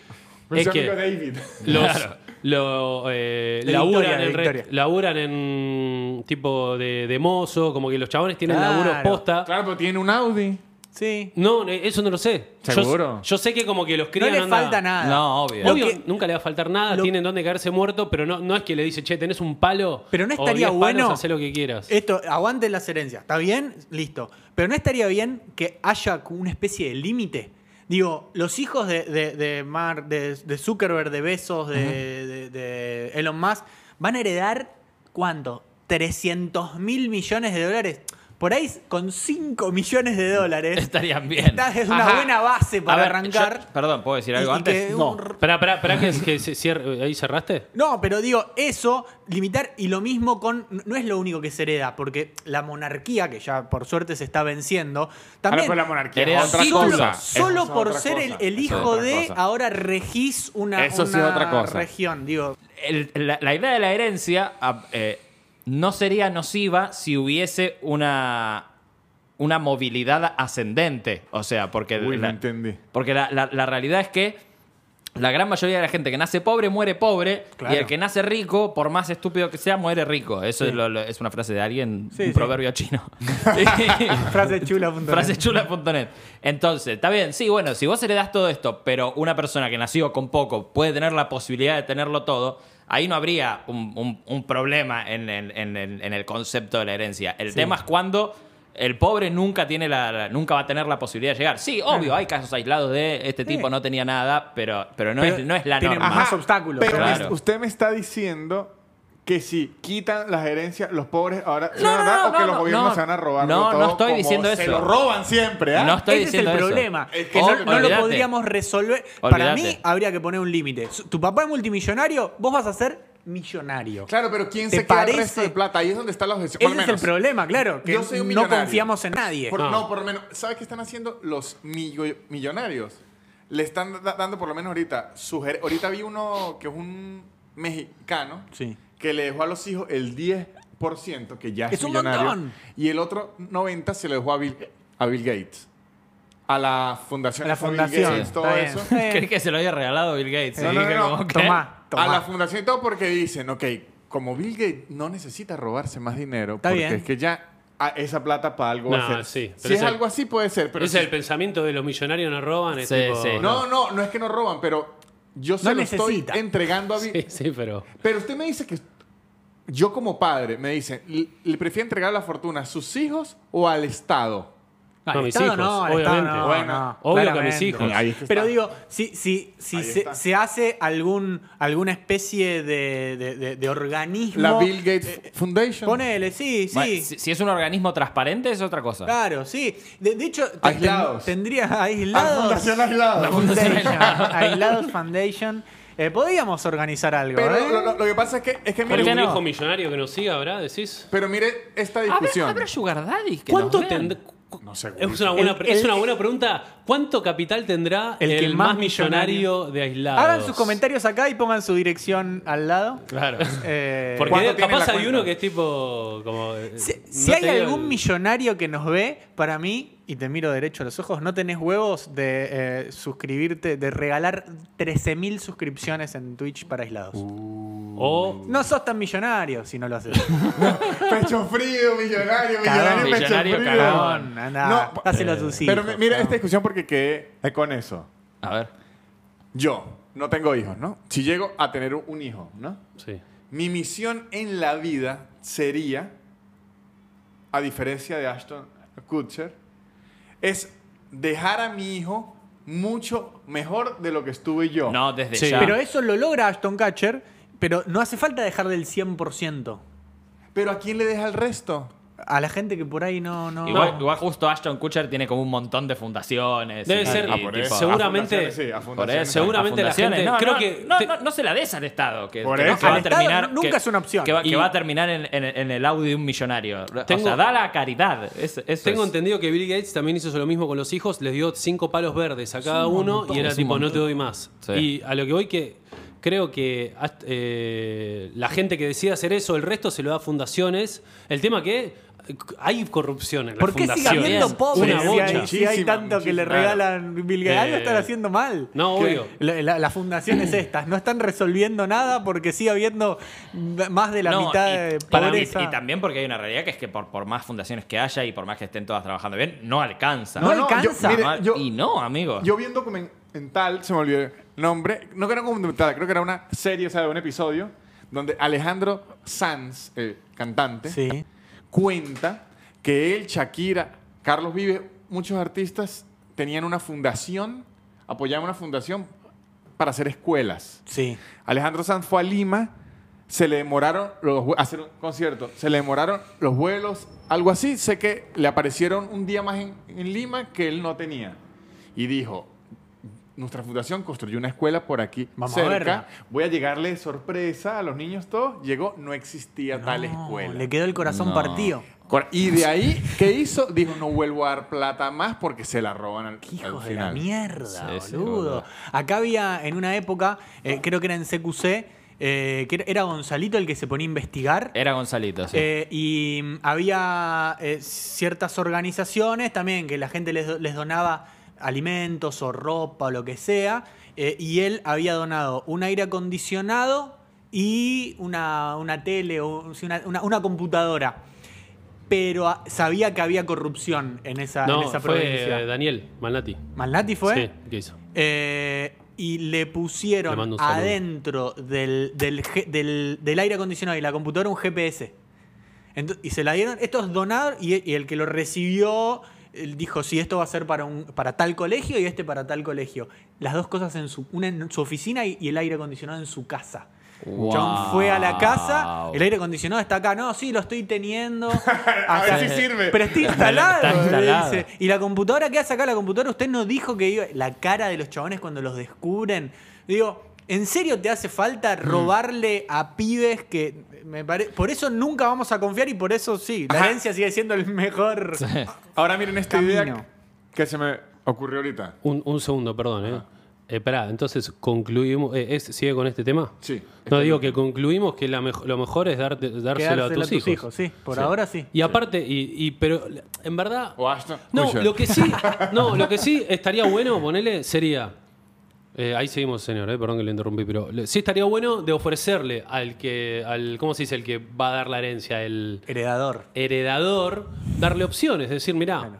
D: Pero
C: es
D: ese amigo
C: que
D: David.
C: los lo, eh,
A: De Victoria,
C: laburan,
A: de
C: en re-
A: Victoria.
C: laburan en tipo de, de mozo, como que los chabones tienen
A: Claro.
C: laburos posta.
D: Claro, pero tiene un Audi.
A: sí.
C: No, eh, eso no lo sé. Yo-
D: ¿Seguro?
C: Yo, sé que como que los
A: No
C: crían
A: le
C: anda-
A: falta nada.
B: No, obvio.
A: Lo
C: Obvio,
A: que-
C: nunca le va a faltar nada,
A: lo-
C: tienen donde caerse muerto, pero no, no es que le dice, che, tenés un palo.
A: Pero no
C: o
A: estaría
C: 10 palos,
A: bueno- Eh,
C: hacé lo que quieras.
A: Esto, aguanten las herencias. ¿Está bien? Listo. Pero no estaría bien que haya como una especie de límite Digo, los hijos de, de, de Mar- de, de Zuckerberg, de Besos, de, de- de Elon Musk, van a heredar ¿cuánto? 300 mil millones de dólares. Por ahí con 5 millones de dólares.
B: Estarían bien.
A: Esta es una buena base para arrancar.
B: yo- perdón, ¿puedo decir algo
A: Y- y
B: antes?
A: que
D: No.
A: un
C: Espera, espera, espera, que, que se cierre- ahí cerraste.
A: No, pero digo, eso, limitar, y lo mismo con. No es lo único que se hereda, porque la monarquía, que ya por suerte se está venciendo,
D: Ahora
A: también. Eh,
D: fue la monarquía.
B: Hereda
D: otra
B: sí,
A: solo
D: cosa.
A: solo
D: Eso es
A: por
D: otra
A: ser el,
D: cosa.
A: el
D: Eso es
A: hijo
D: otra
A: de.
D: cosa.
A: Ahora regís una,
D: Eso sí es
A: una
D: otra cosa.
A: región, digo.
B: El- la, la idea de la herencia ah, eh, no sería nociva si hubiese una, una movilidad ascendente. O sea, porque,
D: Uy, no
B: la,
D: entendí.
B: porque la, la- la realidad es que la gran mayoría de la gente que nace pobre muere pobre
A: Claro.
B: y el que nace rico, por más estúpido que sea, muere rico. Eso es, lo- lo- es una frase de alguien,
A: Sí,
B: un
A: sí.
B: proverbio chino.
A: Frase chula. punto net.
B: Frasechula.net. Entonces, está bien, sí, bueno, si vos heredás todo esto, pero una persona que nació con poco puede tener la posibilidad de tenerlo todo, ahí no habría un, un- un problema en, en- en- en- en el concepto de la herencia. El tema es cuando el pobre nunca, tiene la, la- nunca va a tener la posibilidad de llegar. Sí, obvio, hay casos aislados de este tipo no tenía nada, pero, pero, no,
A: Pero
B: es, no es la
A: tiene
B: norma.
A: más obstáculos,
D: Pero
B: claro.
D: me- usted me está diciendo que si quitan las herencias, los pobres ahora se
B: No,
D: van a
B: no,
D: dar
B: no,
D: o que
B: no,
D: los
B: no,
D: gobiernos
B: no.
D: se van a robar
B: No,
D: todo
B: no estoy
D: como
B: diciendo
D: se
B: eso.
D: lo roban siempre, ¿ah?
B: No estoy
A: Ese es el
B: diciendo eso.
A: problema.
D: Es que
A: que no,
D: no-
A: no lo
B: olvídate.
A: podríamos resolver. Para
B: Olvídate.
A: mí, habría que poner un límite. Su- Tu papá es multimillonario, vos vas a ser millonario.
D: Claro, pero ¿quién
A: ¿Te
D: se queda el
A: parece?
D: resto de plata? Ahí es donde está la objeción.
A: Ese
D: por lo
A: es el
D: menos.
A: problema, claro. Que
D: Yo soy un
A: no
D: millonario.
A: confiamos en nadie.
D: Por-
C: Ah.
D: no, por lo menos. ¿Sabes qué están haciendo los millo- millonarios? Le están da- dando, por lo menos ahorita, suger- ahorita vi uno que es un mexicano
A: Sí.
D: que le dejó a los hijos el 10%, que ya es,
A: Es un
D: millonario,
A: montón.
D: Y el otro 90% se lo dejó a Bill, a Bill Gates. A la fundación.
A: A la
D: de Bill
A: fundación,
D: Gates,
A: sí.
D: todo
A: Está
D: eso.
A: bien.
B: Creí que se lo había regalado Bill Gates.
D: No,
B: y
D: no,
B: dije
D: no, no.
B: como, ¿qué?
A: Tomá, tomá.
D: A la fundación y todo porque dicen, ok, como Bill Gates no necesita robarse más dinero,
A: Está
D: porque
A: bien.
D: es que ya a- esa plata para algo va a
C: No,
D: ser.
C: sí, pero
D: si
C: es
D: es
C: el-
D: algo así puede ser, pero
C: es
D: si-
C: el pensamiento de los millonarios no roban. es
B: Sí,
C: tipo-
B: sí.
D: no, no, no es que no roban, pero yo se
A: No
D: lo
A: necesita.
D: estoy entregando a Bill.
C: Sí, sí, pero.
D: Pero usted me dice que yo como padre me dice, "Le- le prefiero entregar la fortuna a sus hijos o al Estado.
A: Ah,
C: No,
A: el
C: mis
A: Estado
C: hijos,
A: no, el Estado
C: obviamente.
A: no,
D: Bueno,
A: no,
C: obvio que
A: claramente.
C: mis hijos.
D: Ahí es que
A: Pero
D: está.
A: digo, si, si, si
D: Ahí
A: se,
D: está.
A: se hace algún, alguna especie de, de- de- de organismo.
D: La Bill Gates Foundation.
A: Ponele, sí, sí.
B: Bueno, Si, si es un organismo transparente es otra cosa.
A: Claro, sí. De, de hecho, te-
D: Aislados.
A: ten- tendría
D: la
A: aislados.
D: Fundación Aislada.
A: Foundation. aislados Foundation. Eh, podríamos organizar algo.
D: Pero
A: ¿eh?
D: lo, lo- lo que pasa es que, es que
C: ¿Hay
D: mire,
B: qué
C: un
B: no?
C: hijo millonario que nos siga, ¿verdad? Decís.
D: pero mire esta
B: ¿Habrá,
D: discusión.
B: habrá sugar daddies que
C: ¿Cuánto
B: nos vean?
C: tendrá.?
D: No sé. güey.
C: Es una, buena,
A: El-
C: pre- es
A: el-
C: una buena pregunta. ¿Cuánto capital tendrá el,
A: El que
C: más
A: más millonario-
C: millonario de aislados?
A: Hagan sus comentarios acá y pongan su dirección al lado.
C: Claro.
A: Eh,
C: Porque
D: ¿Cuánto tiene
C: capaz
D: la
C: hay
D: cuenta?
C: uno que es tipo. Como, eh,
A: Si,
C: no
A: si
C: te
A: hay
C: digo el-
A: algún millonario que nos ve, para mí, y te miro derecho a los ojos, no tenés huevos de eh, suscribirte, de regalar 13.000 suscripciones en Twitch para aislados.
C: O
A: No sos tan millonario si no lo haces.
D: Pecho frío, millonario,
A: Cagón.
D: millonario, pecho
B: Millonario,
D: frío.
B: cagón.
A: Perdón, andá,
D: No, pa-
A: dáselo a tus hijos.
D: Pero mi- mira
A: ¿no?
D: esta discusión porque quedé con eso.
B: A ver.
D: Yo no tengo hijos, ¿no? Si llego a tener un hijo, ¿no?
C: Sí.
D: Mi misión en la vida sería, a diferencia de Ashton Kutcher, es dejar a mi hijo mucho mejor de lo que estuve yo.
B: No, desde
C: Sí.
B: ya.
A: Pero eso lo logra Ashton Catcher, pero no hace falta dejar del 100%.
D: Pero ¿a quién le deja el resto?
A: A la gente que por ahí no... no
B: Igual,
A: no.
B: igual justo Ashton Kutcher tiene como un montón de fundaciones.
C: Debe
B: y-
C: ser-
B: y
C: Ah, por
B: tipo,
C: eso.
B: a-
C: seguramente-
D: a fundaciones, sí, a
B: por
D: fundaciones.
B: eso,
C: Seguramente
B: a
C: la
B: fundaciones.
C: gente-
B: No,
C: creo
B: no,
C: que-
B: no,
C: te-
B: no, no se la des al Estado. Que,
D: Por
B: que no-
D: eso.
B: que va a
A: Al Estado
B: terminar-
A: nunca
B: que-
A: es una opción.
B: Que va, que
C: Y-
B: va a terminar en, en- en el audio de un millonario. o
C: Tengo-
B: sea, da la caridad. Es- eso
C: Tengo
B: es.
C: entendido que Bill Gates también hizo lo mismo con los hijos, les dio cinco palos verdes a cada uno
B: montón,
C: y era
B: es un
C: tipo, no
B: montón.
C: te doy más.
B: Sí.
C: Y a lo que voy que creo que hasta, eh, la gente que decide hacer eso, el resto se lo da a fundaciones. El tema que eh, hay corrupción en las
A: ¿Por qué sigue
C: fundaciones.
A: habiendo
B: Una
A: pobres si
C: bocha.
A: hay, si hay
D: Muchísima,
A: tanto que le
D: muchísima.
A: regalan Bill Gates? Algo
C: Eh,
A: están haciendo mal.
C: No,
A: Que
C: obvio.
A: la- la- las fundaciones estas no están resolviendo nada porque sigue habiendo más de la
B: No,
A: mitad
B: y-
A: de
B: y tam-
A: pobreza.
B: Y, también porque hay una realidad que es que por, por más fundaciones que haya y por más que estén todas trabajando bien, no alcanza.
A: No,
D: yo-
A: alcanza.
D: mire, yo-
B: y no, amigo.
D: Yo vi un documental, se me olvidó el nombre, no que era un documental, creo que era una serie, o sea, un episodio, donde Alejandro Sanz, el cantante,
A: Sí.
D: cuenta que él, Shakira, Carlos Vives, muchos artistas tenían una fundación apoyaba una fundación para hacer escuelas.
A: Sí.
D: Alejandro Sanz fue a Lima, se le demoraron los vue- a hacer un concierto, se le demoraron los vuelos, algo así. Sé que le aparecieron un día más en, en Lima que él no tenía. Y dijo, nuestra fundación construyó una escuela por aquí
A: Vamos a
D: cerca.
A: verla.
D: Voy a llegarle de sorpresa a los niños todos. Llegó, no existía tal
A: No,
D: escuela.
A: Le quedó el corazón
B: No.
A: partido.
D: Cor- Y de ahí, ¿qué hizo? Dijo, no vuelvo a dar plata más porque se la roban al,
A: Qué
D: al
A: Hijos de la
D: final.
A: mierda,
B: Sí, sí,
A: boludo.
B: boludo.
A: Acá había en una época, eh, creo que era en CQC, eh, que era- era Gonzalito el que se ponía a investigar.
B: Era Gonzalito, sí.
A: Eh, y mm, había eh, ciertas organizaciones también que la gente les, do- les donaba alimentos o ropa o lo que sea. eh, y él había donado un aire acondicionado y una, una tele o un- sí, una, una- una computadora. Pero ah, sabía que había corrupción en esa, en
C: No,
A: esa
C: fue eh,
A: provincia.
C: Daniel Malnati.
A: ¿Malnati fue?
C: Sí, ¿qué hizo?
A: Eh, y le
C: Le
A: pusieron
C: mando un saludo.
A: adentro del, del G- del- del aire acondicionado y la computadora un GPS. Ento- y se la dieron, esto es donado y, y el que lo recibió él dijo, sí, esto va a ser para, un, para tal colegio y este para tal colegio. Las dos cosas en su, una en su oficina y, y el aire acondicionado en su casa.
B: Wow.
A: John fue a la casa, el aire acondicionado está acá, no, sí, lo estoy teniendo.
D: A ver
A: Hasta-
D: si sirve.
A: Pero está instalado.
B: Está
A: le
B: instalado.
A: dice. Y la computadora que hace acá, la computadora, usted no dijo que iba. La cara de los chabones cuando los descubren. Digo, ¿en serio te hace falta
C: Mm.
A: robarle a pibes que me pare- Por eso nunca vamos a confiar y por eso sí, la
D: Ajá.
A: herencia sigue siendo el mejor.
D: Ahora miren esta
A: Camino.
D: idea que se me ocurrió ahorita.
C: Un, un segundo, perdón. ¿eh? Eh, pará, entonces concluimos. eh, es- ¿Sigue con este tema?
D: Sí.
C: No, digo que concluimos que la mejo- lo mejor es darte- dárselo
A: Este Quedárselo
C: a tus, hijos.
A: sí. Por ahora sí.
C: Y aparte, y, y- pero en verdad.
D: O Ashton
C: No,
D: Kutcher.
C: lo que sí, no, lo que sí estaría bueno ponerle sería. eh, ahí seguimos, señor, eh, perdón que le interrumpí, pero le- sí estaría bueno de ofrecerle al que, al, ¿cómo se dice? El que va a dar la herencia, el
A: Heredador.
C: heredador, darle opciones, es decir, mirá,
A: Claro.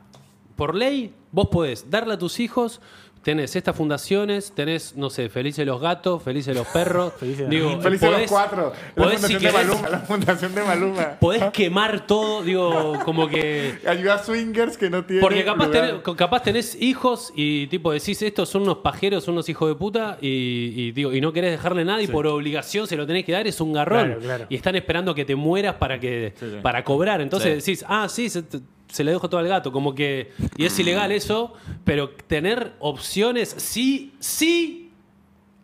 C: por ley vos podés darle a tus hijos, tenés estas fundaciones, tenés, no sé, Felices los Gatos, Felices los Perros,
A: Felices los
C: digo,
A: Niños.
D: Felices
C: podés-
D: los cuatro. La
C: podés,
D: fundación
C: si
D: de
C: querés,
D: Maluma. La fundación de Maluma.
C: podés quemar todo, digo, como que...
D: Ayuda a swingers que no tienen.
C: Porque capaz
D: lugar.
C: tenés, capaz tenés hijos y tipo decís estos son unos pajeros, son unos hijos de puta y, y, digo, y no querés dejarle nada y por obligación se lo tenés que dar, es un garrón.
A: Claro, claro.
C: Y están esperando que te mueras para que para cobrar. Entonces decís, ah, sí, se, te- se le dejo todo al gato. Como que. Y es ilegal eso, pero tener opciones sí, sí.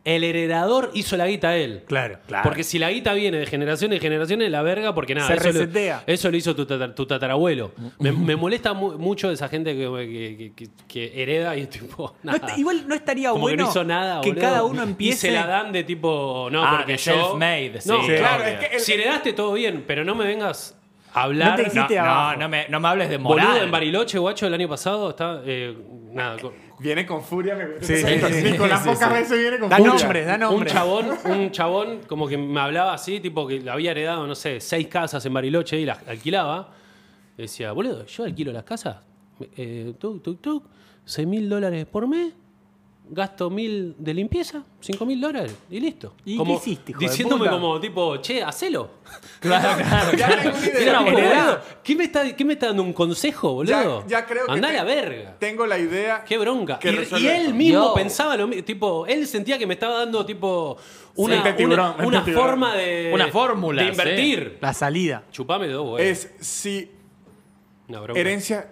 C: El heredador hizo la guita a él.
A: Claro, claro.
C: Porque si la guita viene de generación en generación es la verga, porque nada.
A: Ah. Se
C: eso,
A: resetea.
C: Lo, eso lo hizo tu, tatar- tu tatarabuelo. Me, me molesta mu- mucho esa gente que, que- que- que hereda y es tipo.
A: No
C: Nada.
A: est- igual no estaría
C: Como
A: bueno
C: que no hizo nada,
A: que
C: boludo.
A: cada uno
C: Y
A: empiece
C: se la dan de tipo. No,
B: Ah,
C: porque
B: de
C: yo.
B: self-made, sí.
C: No,
B: Sí,
C: claro.
D: claro, es que el-
C: si heredaste todo bien, pero no me vengas a hablar.
A: No te
B: No,
A: hiciste
B: no,
A: abajo.
B: no me, no me hables de moral.
C: Boludo, en Bariloche, guacho, el año pasado está. eh, nada, con-
D: Viene con furia. Me...
A: Sí, sí, sí,
D: Nicolás
A: sí, sí.
D: pocas veces viene con
A: Da
D: furia.
A: nombres, da
C: un
A: nombres.
C: chabón, un chabón como que me hablaba así, tipo que había heredado, no sé, seis casas en Bariloche y las alquilaba. Decía, boludo, yo alquilo las casas. Eh, tuk, tuk, tuk, seis mil dólares por mes. Gasto mil de limpieza, cinco mil dólares y listo.
A: ¿Y qué hiciste, hijo de
C: Diciéndome
A: puta?
C: como, tipo, che, hacelo.
B: Claro, claro,
D: Ya tengo una
C: Era,
D: idea.
C: boludo,
A: Heredá.
C: ¿qué, me está, qué me está dando un consejo, boludo?
D: Ya, ya creo que.
C: Andá a la
D: te-
C: verga.
D: Tengo la idea.
C: Qué bronca.
D: que
C: Y, y
D: resuelve
C: él
D: eso.
C: mismo
B: Yo.
C: pensaba lo mismo. Tipo, él sentía que me estaba dando tipo una,
D: Mente tiburón,
C: una-
D: mente
C: una
D: tiburón.
C: forma de.
B: Una fórmula,
C: De invertir.
A: La salida.
C: Chupame dos, güey.
D: Es si
C: Una bronca.
D: Herencia,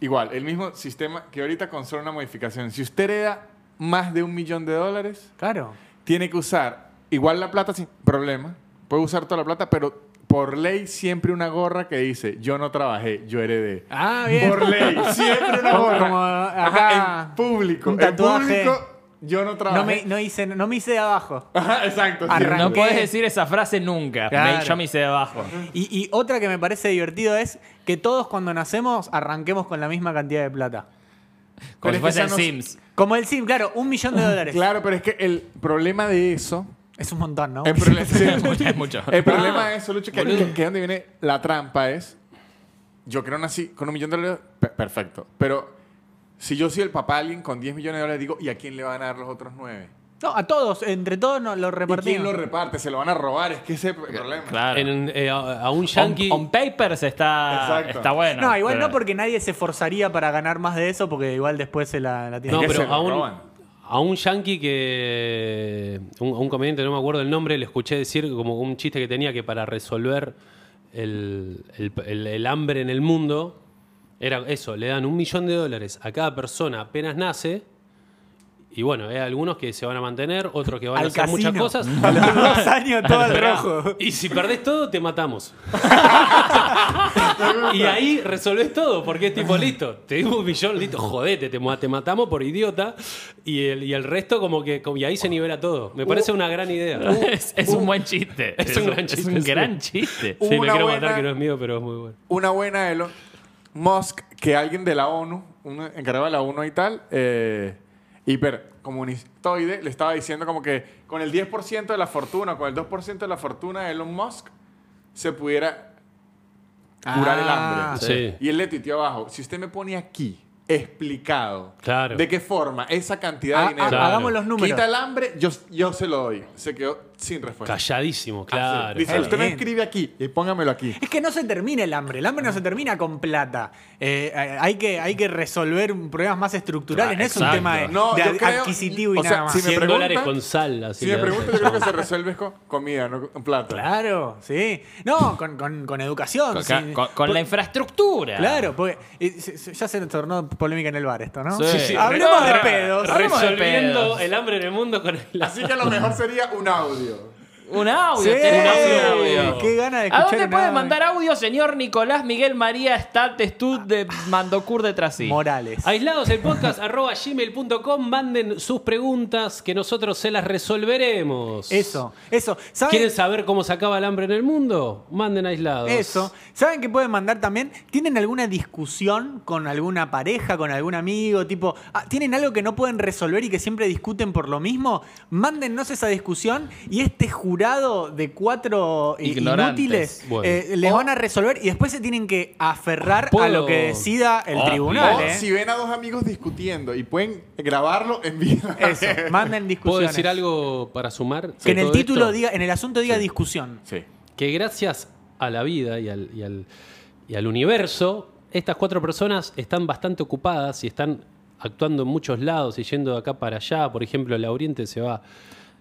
D: igual, el mismo sistema que ahorita con solo una modificación. Si usted hereda más de un millón de dólares,
A: Claro.
D: tiene que usar igual la plata sin problema. Puede usar toda la plata, pero por ley siempre una gorra que dice, yo no trabajé, yo heredé.
A: Ah, bien.
D: Por ley, siempre una gorra.
A: Como, ajá,
D: Ajá, en público.
A: un
D: en
A: tatuaje.
D: público, yo no trabajé.
A: No me, no hice, no me hice de abajo.
D: Ajá, exacto. siempre.
A: Arranqué.
B: No puedes decir esa frase nunca.
A: Claro.
B: Me, yo me hice de abajo.
A: Y, y otra que me parece divertido es que todos cuando nacemos arranquemos con la misma cantidad de plata.
B: Como
D: Pero
B: si
D: es que
B: fuese
D: ya
B: el
D: no-
B: Sims.
A: Como el sim, claro, un millón de dólares.
D: Claro, pero es que el problema de eso...
A: Es un montón, ¿no?
D: El problema- sí.
B: Es mucho, es mucho.
A: Eh,
D: El problema
C: Ah,
D: es, Solucho, que,
C: boludo.
D: que, que donde viene la trampa es, yo creo nací con un millón de dólares, pe- perfecto. Pero si yo soy el papá de alguien con 10 millones de dólares, digo, ¿y a quién le van a dar los otros 9?
A: No, a todos, entre todos nos lo
D: ¿Y quién
A: repartimos.
D: lo reparte? ¿Se lo van a robar? Es que ese es el problema.
B: Claro.
C: En- eh, a, a un
B: on,
C: yankee.
B: on papers está,
D: Exacto.
B: está bueno.
A: no, igual
B: pero-
A: no porque nadie se forzaría para ganar más de eso porque igual después se la, la tiene
C: no,
D: que
A: que-
D: se
C: pero
D: lo
C: a un,
D: roban.
C: a un yankee que. Un, a un comediante, no me acuerdo el nombre, le escuché decir como un chiste que tenía que para resolver el, el- el- el hambre en el mundo, era eso: le dan un millón de dólares a cada persona apenas nace. Y bueno, hay algunos que se van a mantener, otros que van a
A: Al
C: hacer
A: casino.
C: muchas cosas.
A: A los dos años todo al
C: Esperá,
A: rojo.
C: Y si perdés todo, te matamos. y ahí resolvés todo, porque es tipo, listo, te dimos un millón, listo, jodete, te, ma- te matamos por idiota. Y el, y el resto, como que. como- y ahí se nivela todo.
D: Uh.
C: Me parece una gran idea.
B: es, es un buen chiste.
C: Es un gran
B: Es
C: chiste,
B: un
C: sí.
B: gran chiste.
C: Sí, lo
D: Una
C: quiero
D: buena-
C: matar, que no es mío, pero es muy bueno.
D: Una buena Elon Musk, que alguien de la ONU, un encargado de la ONU y tal, eh, hipercomunistoide, le estaba diciendo como que con el 10% de la fortuna, con el 2% de la fortuna de Elon Musk, se pudiera curar el
A: Ah,
D: hambre.
C: sí.
D: Y él le titió abajo, si usted me pone aquí explicado
C: Claro.
D: de qué forma esa cantidad
A: Ah,
D: de dinero
A: ah,
C: Claro.
A: Hagamos los números.
D: quita el hambre, yo, yo se lo doy. Se quedó sin respuesta.
C: Calladísimo, claro.
D: Ah, Dice,
A: claro.
D: usted me
A: Bien.
D: escribe aquí y póngamelo aquí.
A: Es que no se termina el hambre, el hambre no se termina con plata. Eh, hay, que, hay que resolver problemas más estructurales, no es un
C: Exacto.
A: tema de,
D: No,
A: de
D: yo creo-
A: adquisitivo y
D: o sea,
A: nada más.
D: si me
C: 100
D: preguntan-
C: dólares con sal, así
D: Si me
C: le-
D: preguntan, yo creo que se resuelve es con comida, no con plata.
A: Claro, sí. No, con, con- con educación.
B: Con,
A: sí.
B: con- con la infraestructura.
A: Claro, porque eh, se- se- ya se tornó polémica en el bar esto, ¿no?
B: Sí. Sí, sí.
A: Hablemos de
C: Re-
A: pedos.
B: hablamos de
C: Resolviendo
B: pedos.
C: el hambre en el mundo con el
D: Así que lo mejor sería un audio.
B: Un audio.
A: Sí,
B: tenemos un audio.
A: qué gana de
B: ¿A
A: escuchar
B: dónde
A: un
B: puede
A: audio?
B: mandar audio, señor Nicolás Miguel María States Tud de Mandocur de Trasí?
A: Morales.
C: Aislados el podcast arroba gmail.com manden sus preguntas que nosotros se las resolveremos.
A: Eso, eso. ¿Saben?
C: ¿Quieren saber cómo se acaba el hambre en el mundo? Manden aislados.
A: Eso. ¿Saben qué pueden mandar también? ¿Tienen alguna discusión con alguna pareja, con algún amigo? Tipo, ah, ¿tienen algo que no pueden resolver y que siempre discuten por lo mismo? Mándennos esa discusión y este jurado de cuatro i-
B: Ignorantes.
A: inútiles
C: Bueno. Oh.
A: eh, les van a resolver y después se tienen que aferrar a
C: ¿Puedo?
A: lo que decida el
B: Oh,
A: tribunal.
D: o
A: ¿eh?
D: si ven a dos amigos discutiendo y pueden grabarlo en vida.
A: Eso, manden discusiones.
C: ¿Puedo decir algo para sumar?
A: Que en
C: sobre
A: el
C: todo
A: título
C: esto?
A: diga, en el asunto diga discusión.
D: Sí.
C: Que gracias a la vida y al, y al- y al universo, estas cuatro personas están bastante ocupadas y están actuando en muchos lados y yendo de acá para allá. Por ejemplo, la Oriente se va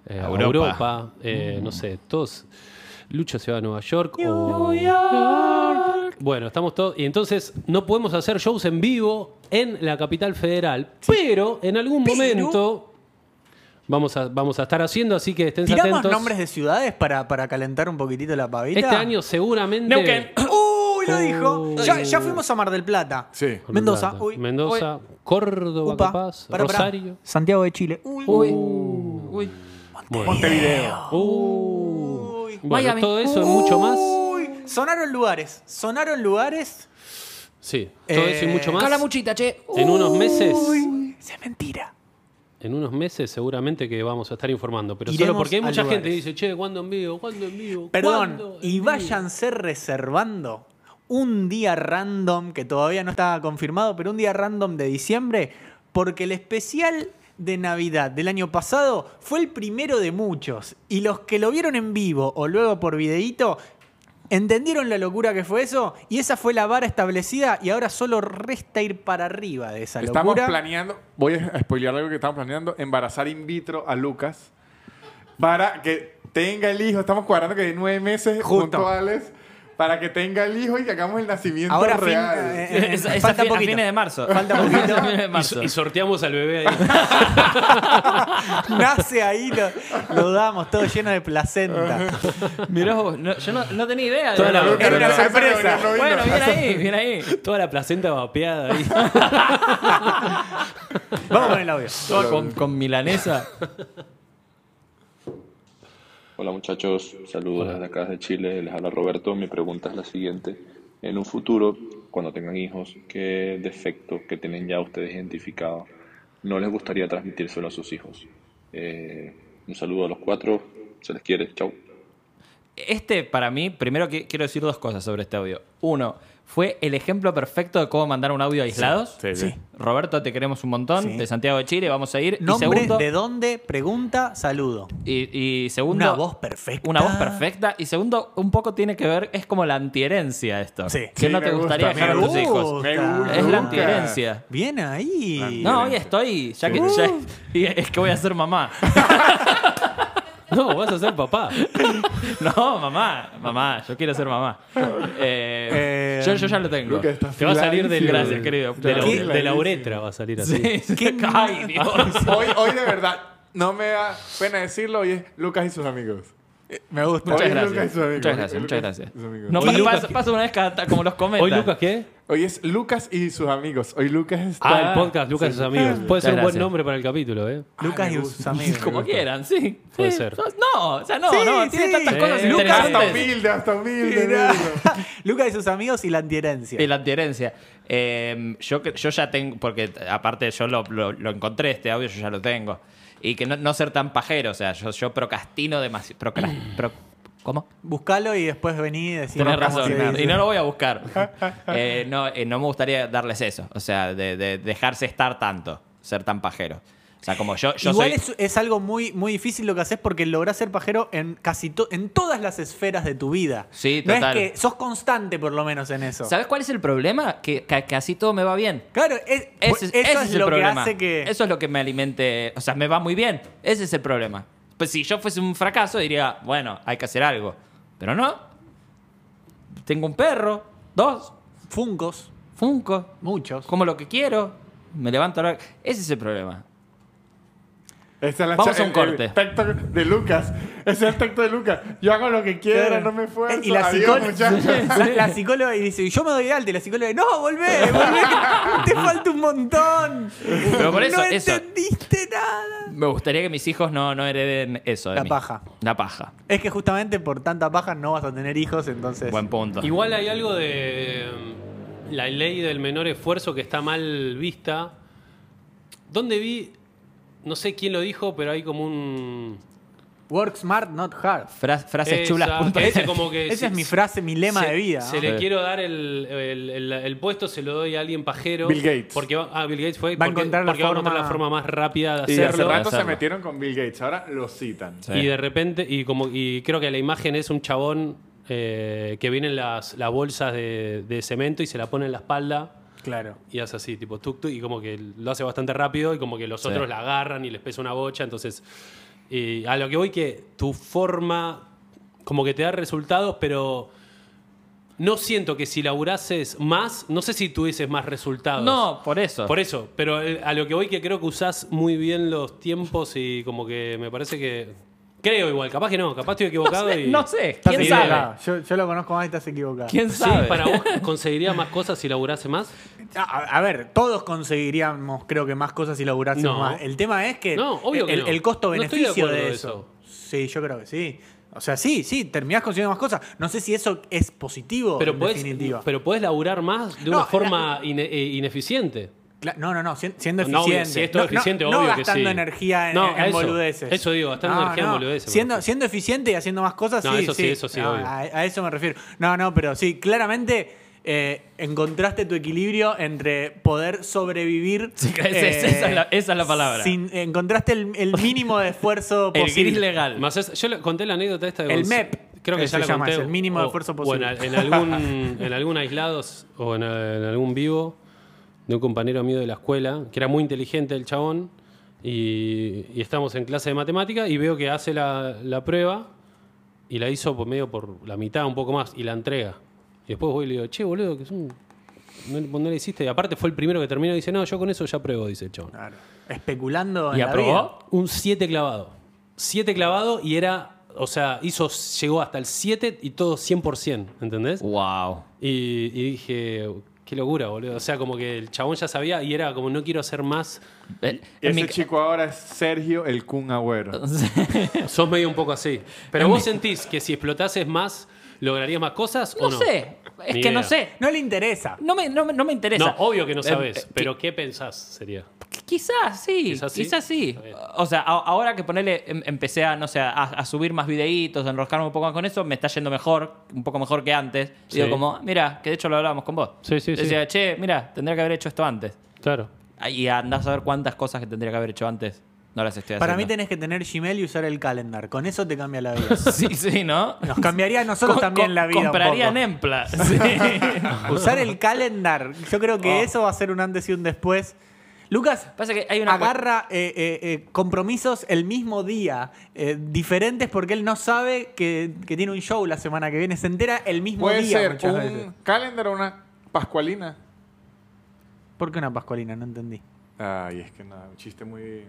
C: eh, a
B: Europa.
C: Europa. eh,
A: Mm.
C: No sé, todos. Lucho se va a Nueva York. o- Bueno, estamos todos. Y entonces no podemos hacer shows en vivo en la capital federal. Pero en algún
A: Pero-
C: momento vamos a, vamos a estar haciendo, así que estén
A: ¿Tiramos
C: atentos.
A: nombres de ciudades para, para calentar un poquitito la pavita?
C: Este año seguramente.
B: Neuquén.
A: Uy, lo dijo.
C: Uy.
A: Ya, ya fuimos a Mar del Plata.
D: Sí.
A: Mendoza.
C: Plata,
A: Uy.
C: Mendoza,
A: Uy.
C: Córdoba,
A: Upa.
C: capaz,
A: Pará, pará.
C: Rosario.
A: Santiago de Chile. Uy.
B: Uy.
D: Este Montevideo.
C: Uh.
A: Uy.
C: Bueno,
B: Miami.
C: todo eso y mucho más.
A: Uy. Sonaron lugares. Sonaron lugares.
C: Sí, todo eso y
A: Eh,
C: mucho más.
B: muchita, che.
C: En unos meses,
A: Uy. Se mentira.
C: en unos meses seguramente que vamos a estar informando, pero
A: Iremos
C: solo porque hay
A: a
C: mucha gente que
A: lugares.
C: dice, "Che, ¿cuándo en vivo? ¿Cuándo en vivo?
A: Perdón.
C: ¿Cuándo en
A: Y
C: vivo?".
A: váyanse reservando un día random, que todavía no está confirmado, pero un día random de diciembre, porque el especial de Navidad del año pasado fue el primero de muchos. Y los que lo vieron en vivo o luego por videíto, entendieron la locura que fue eso. Y esa fue la vara establecida y ahora solo resta ir para arriba de esa
D: Estamos
A: locura.
D: planeando, voy a spoilear algo que estamos planeando, embarazar in vitro a Lucas para que tenga el hijo. Estamos cuadrando que de nueve meses
A: Justo.
D: junto a Alex para que tenga el hijo y que hagamos el nacimiento
A: Ahora fin-
D: real.
A: eh, eh,
B: Es, es
A: Falta
B: a, fin- a
A: poquito.
B: fines de marzo.
A: Falta poquito.
B: A fines de
C: Y so-
B: marzo.
C: y, sorteamos al bebé ahí.
A: Nace ahí, lo, lo damos, todo lleno de placenta.
B: Mirá vos, no- yo no, no tenía idea. de
C: Toda la
B: verdad.
C: boca. Era una
A: sorpresa.
D: no vino.
B: Bueno, bien ahí, bien ahí.
C: Toda la placenta vapeada ahí.
A: Vamos con el audio.
B: Todo con, con milanesa.
E: Hola muchachos, saludos desde acá de Chile, les habla Roberto. Mi pregunta es la siguiente. En un futuro, cuando tengan hijos, ¿qué defecto que tienen ya ustedes identificado no les gustaría transmitírselo a sus hijos? Eh, un saludo a los cuatro, se les quiere, chau.
B: Este, para mí, primero que quiero decir dos cosas sobre este audio. Uno, fue el ejemplo perfecto de cómo mandar un audio aislados.
F: Sí, sí.
A: Sí.
B: Roberto, te queremos un montón.
A: Sí.
B: De Santiago de Chile, vamos a ir. Y
A: Nombre,
B: segundo,
A: de dónde, pregunta, saludo.
B: y, y segundo,
A: Una voz perfecta.
B: Una voz perfecta. Y segundo, un poco tiene que ver, es como la antiherencia esto.
A: Sí.
B: Que
D: Sí,
B: no te
D: me gusta,
B: gustaría
D: me
B: dejar a tus
D: gusta.
B: hijos.
D: Me gusta.
B: Es la
D: Nunca.
B: antiherencia.
A: Bien ahí.
B: No, hoy estoy. Ya que, ya- y es que voy a ser mamá.
C: No, vas a ser papá.
B: No, mamá. Mamá, yo quiero ser mamá. Eh,
A: Eh,
B: yo, yo ya lo tengo.
D: Lucas, estás
B: Te va a salir del.
D: filadísimo.
B: Gracias, querido.
C: De
B: De
C: la,
B: la-
A: ¿Qué?
C: de la uretra va a salir así.
B: Sí, sí. Ay, Dios.
D: Hoy, hoy de verdad, no me da pena decirlo, hoy es Lucas y sus amigos.
A: Me gusta.
D: Hoy
B: Muchas
D: es Lucas y
B: gracias.
D: sus amigos.
B: Muchas gracias,
D: Hoy
B: muchas
D: es Lucas y
B: gracias.
D: sus amigos.
B: No,
C: Hoy
B: pa-
C: Lucas-
B: pasa, pasa una vez cada, como los cometas.
C: ¿Hoy Lucas qué?
D: Hoy es Lucas y sus amigos. Hoy Lucas está...
C: Ah, el podcast, Lucas y sus amigos. Puede ser un buen
B: gracias.
C: nombre para el capítulo, ¿eh?
A: Lucas y
B: Ah,
A: sus amigos.
B: Como quieran, sí.
C: Puede
B: Sí.
C: ser.
B: No, o sea, no,
A: Sí,
B: no. Tiene
A: sí.
B: tantas
A: Sí.
B: cosas
C: Lucas
B: interesantes.
D: hasta humilde, hasta humilde. Lucas.
A: Lucas y sus amigos y la antiherencia.
B: De la adherencia. Eh, yo, que- yo ya tengo, porque aparte yo lo, lo- lo encontré, este audio yo ya lo tengo. Y que no, no ser tan pajero, o sea, yo, yo procrastino demasiado. ¿Cómo?
A: Buscalo y después vení y decimos
B: Tienes
A: cómo se
B: razón,
A: dice.
B: y no lo voy a buscar. Eh, no, eh, no me gustaría darles eso, o sea, de, de dejarse estar tanto, ser tan pajero. O sea, como yo, yo
A: Igual es,
B: soy...
A: es algo muy, muy difícil lo que haces porque lográs ser pajero en casi to- en todas las esferas de tu vida.
B: Sí,
A: no
B: total.
A: es que sos constante por lo menos en eso.
B: ¿Sabes cuál es el problema? Que, que, que así todo me va bien.
A: Claro, es-
B: Ese,
A: Pues eso
B: ese
A: es,
B: es, el
A: lo
B: problema.
A: que hace que.
B: Eso es lo que me alimente. O sea, me va muy bien. Ese es el problema. Pues si yo fuese un fracaso, diría, bueno, hay que hacer algo. Pero no. Tengo un perro, dos,
A: Funcos,
B: Funko,
A: muchos.
B: como lo que quiero. Me levanto a la... Ese es el problema.
D: Esa es la
B: Vamos
D: cha-
B: a un
D: el-
B: corte.
D: El tacto de Lucas. Ese es el tacto de Lucas. Yo hago lo que quiera, no me esfuerzo.
A: Eh, Y la,
D: Adiós,
A: psicóloga-
D: muchachos.
A: la- la psicóloga y dice, yo me doy de alta. Y la psicóloga, no, volvé, volvé, que te falta un montón.
B: Pero por eso,
A: no
B: eso.
A: entendiste nada.
B: Me gustaría que mis hijos no, no hereden eso. de
A: La
B: mí.
A: paja.
B: La paja.
A: Es que justamente por tanta paja no vas a tener hijos, entonces.
B: Buen punto.
C: Igual hay algo de mm, la ley del menor esfuerzo que está mal vista. ¿Dónde vi? No sé quién lo dijo, pero hay como un...
A: Work smart, not hard.
B: Fra- frases
C: Esa-
B: chulas. punto.
C: ese como que
A: Esa
C: si-
A: es mi frase, mi lema
C: se-
A: de vida.
C: Se
A: ¿no?
C: le
B: Sí.
C: quiero dar el, el- el- el puesto, se lo doy a alguien pajero.
D: Bill Gates.
C: Porque va, ah, Bill Gates fue.
A: Va a
C: porque-
A: encontrar la
C: porque va a encontrar
A: forma-
C: la forma más rápida de
D: Y hace
C: hacerlo.
D: rato se
B: hacerlo.
D: metieron con Bill Gates. Ahora lo citan.
B: Sí.
C: Y de repente, y como y creo que la imagen es un chabón eh, que viene en las, las bolsas de, de cemento y se la pone en la espalda
A: Claro.
C: y hace así, tipo tuk tuk, y como que lo hace bastante rápido y como que los
B: Sí.
C: otros la agarran y les pesa una bocha. Entonces, y a lo que voy que tu forma como que te da resultados, pero no siento que si laburases más, no sé si tuvieses más resultados.
B: No, por eso.
C: Por eso, pero eh, a lo que voy que creo que usás muy bien los tiempos y como que me parece que... Creo igual, capaz que no, capaz estoy equivocado
B: no sé,
C: y...
B: no sé.
A: Estás
B: ¿Quién sabe?
A: equivocado. Yo, yo lo conozco más y estás equivocado.
B: ¿Quién
C: Sí,
B: sabe?
C: para vos conseguiría más cosas si laburase más.
A: A, a ver, todos conseguiríamos, creo que más cosas si laburásemos
C: No.
A: más. El tema es que,
C: No, obvio que
A: el,
C: no.
A: el
C: No estoy
A: costo-beneficio
C: de
A: de,
C: acuerdo de
A: eso. Sí, yo creo que sí. O sea, sí, sí, terminás consiguiendo más cosas. No sé si eso es positivo,
C: Pero
A: en
C: podés,
A: definitiva.
C: pero podés laburar más de una
A: No,
C: forma ine- eh, ineficiente.
A: Cla- no, no, no, si- siendo
C: No,
A: eficiente.
C: obvio, si es todo
A: No, no-
C: eficiente,
A: no
C: obvio que
A: gastando
C: sí.
A: energía en,
C: No,
A: en
C: eso,
A: boludeces.
C: eso digo, gastando energía en boludeces,
A: Siendo,
C: por eso.
A: siendo eficiente y haciendo más cosas,
C: No,
A: sí.
C: eso sí, eso sí,
A: No,
C: obvio.
A: A, a eso me refiero. No, no, pero sí, claramente eh, encontraste tu equilibrio entre poder sobrevivir.
B: Sí, esa- esa es la- esa es la palabra.
A: sin- encontraste el, el mínimo de esfuerzo
B: El
A: posible.
B: gris legal.
C: Más es- yo le conté la anécdota esta de
A: El
C: Gonz-
A: MEP,
C: Creo que
A: que
C: ya
A: se
C: la
A: llama,
C: conté.
A: es el mínimo
C: o-
A: esfuerzo
C: o
A: posible.
C: en, en algún, en algún aislados o en, en algún vivo de un compañero mío de la escuela, que era muy inteligente el chabón, y, y estamos en clase de matemática y veo que hace la, la prueba y la hizo por medio por la mitad, un poco más, y la entrega. Y después voy y le digo, che, boludo, que es un... No, no la hiciste. Y aparte fue el primero que terminó y dice, no, yo con eso ya pruebo, dice el chabón.
A: Claro. Especulando
B: ¿Y
A: en la
B: aprobó?
C: Un 7 clavado. 7 clavado y era, o sea, hizo, llegó hasta el 7 y todo 100%, ¿entendés?
B: Uh. Wow.
C: Y, y dije, qué locura, boludo. O sea, como que el chabón ya sabía y era como, no quiero hacer más.
B: Eh,
D: Y
B: en mi
D: ese
B: ca-
D: chico ahora es Sergio el Kun Agüero.
C: Sos medio un poco así. Pero vos sentís que si explotases más, lograrías más cosas
B: no,
C: o no?
B: sé. Es
C: Ni
B: que no
C: idea.
B: sé.
A: vida. No le interesa.
B: No me, no, me- no me interesa.
C: No, obvio que no
B: Eh,
C: sabes,
B: eh,
C: pero ¿qué pensás sería?
B: Quizás sí,
C: Quizás
B: quizás
C: sí.
B: sí.
C: Está bien.
B: O sea, a- ahora que ponerle, empecé a, no sé, a, a subir más videitos, a enroscarme un poco más con eso, me está yendo mejor, un poco mejor que antes.
C: Sí.
B: Y Digo, como, mira, que de hecho lo hablábamos con vos.
C: Sí, sí, sí.
B: Decía, che, mira, tendría que haber hecho esto antes.
C: Claro.
B: Ah, Y andás a ver cuántas cosas que tendría que haber hecho antes. No las estoy haciendo.
A: Para mí tenés que tener Gmail y usar el calendar. Con eso te cambia la vida.
B: Sí, sí, ¿no?
A: Nos cambiaría a nosotros
B: Co-
A: también
B: co-
A: la vida. un
B: Comprarían
A: poco.
B: Empla. Sí.
A: Usar el calendar. Yo creo que eso va a ser un antes y un después. Lucas,
B: Oh. Pasa que hay una.
A: agarra eh, eh, eh, compromisos el mismo día, eh, diferentes porque él no sabe que, que tiene un show la semana que viene. Se entera el mismo
D: Puede
A: día
D: ser
A: muchas veces.
D: un calendar o una pascualina.
A: ¿Por qué una pascualina? No entendí.
D: Ay, es que nada, un chiste muy...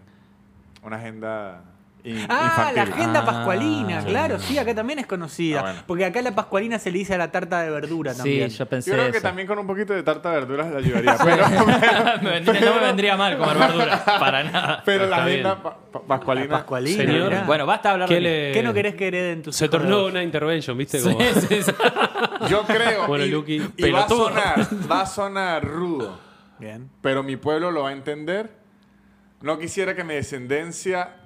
D: Una agenda in-
A: Ah,
D: infantil.
A: la agenda
B: Ah,
A: pascualina,
B: sí.
A: claro, sí, acá también es conocida.
D: Ah, bueno.
A: Porque acá la pascualina se le dice a la tarta de verdura
B: Sí,
A: también.
B: yo pensé.
D: Yo creo que
B: eso.
D: también con un poquito de tarta de verduras le ayudaría. Pero,
B: Me vendría- no me vendría mal comer verduras. Para nada.
D: pero la
C: Está bien.
D: agenda pa- pa-
A: La
D: pascualina...
A: pascualina.
C: Señor,
A: mirá.
B: Bueno, basta de hablar
C: ¿Qué
B: de
C: le-
A: ¿Qué no querés que hereden tus
C: Se
A: hijos
C: tornó
A: dos?
C: una intervention, ¿viste?
B: Sí,
C: Como...
B: sí, sí.
D: Yo creo.
C: Bueno,
D: y,
C: Luqui,
D: y va a
C: pelotudo.
D: sonar, va a sonar rudo,
A: Bien.
D: pero mi pueblo lo va a entender. No quisiera que mi descendencia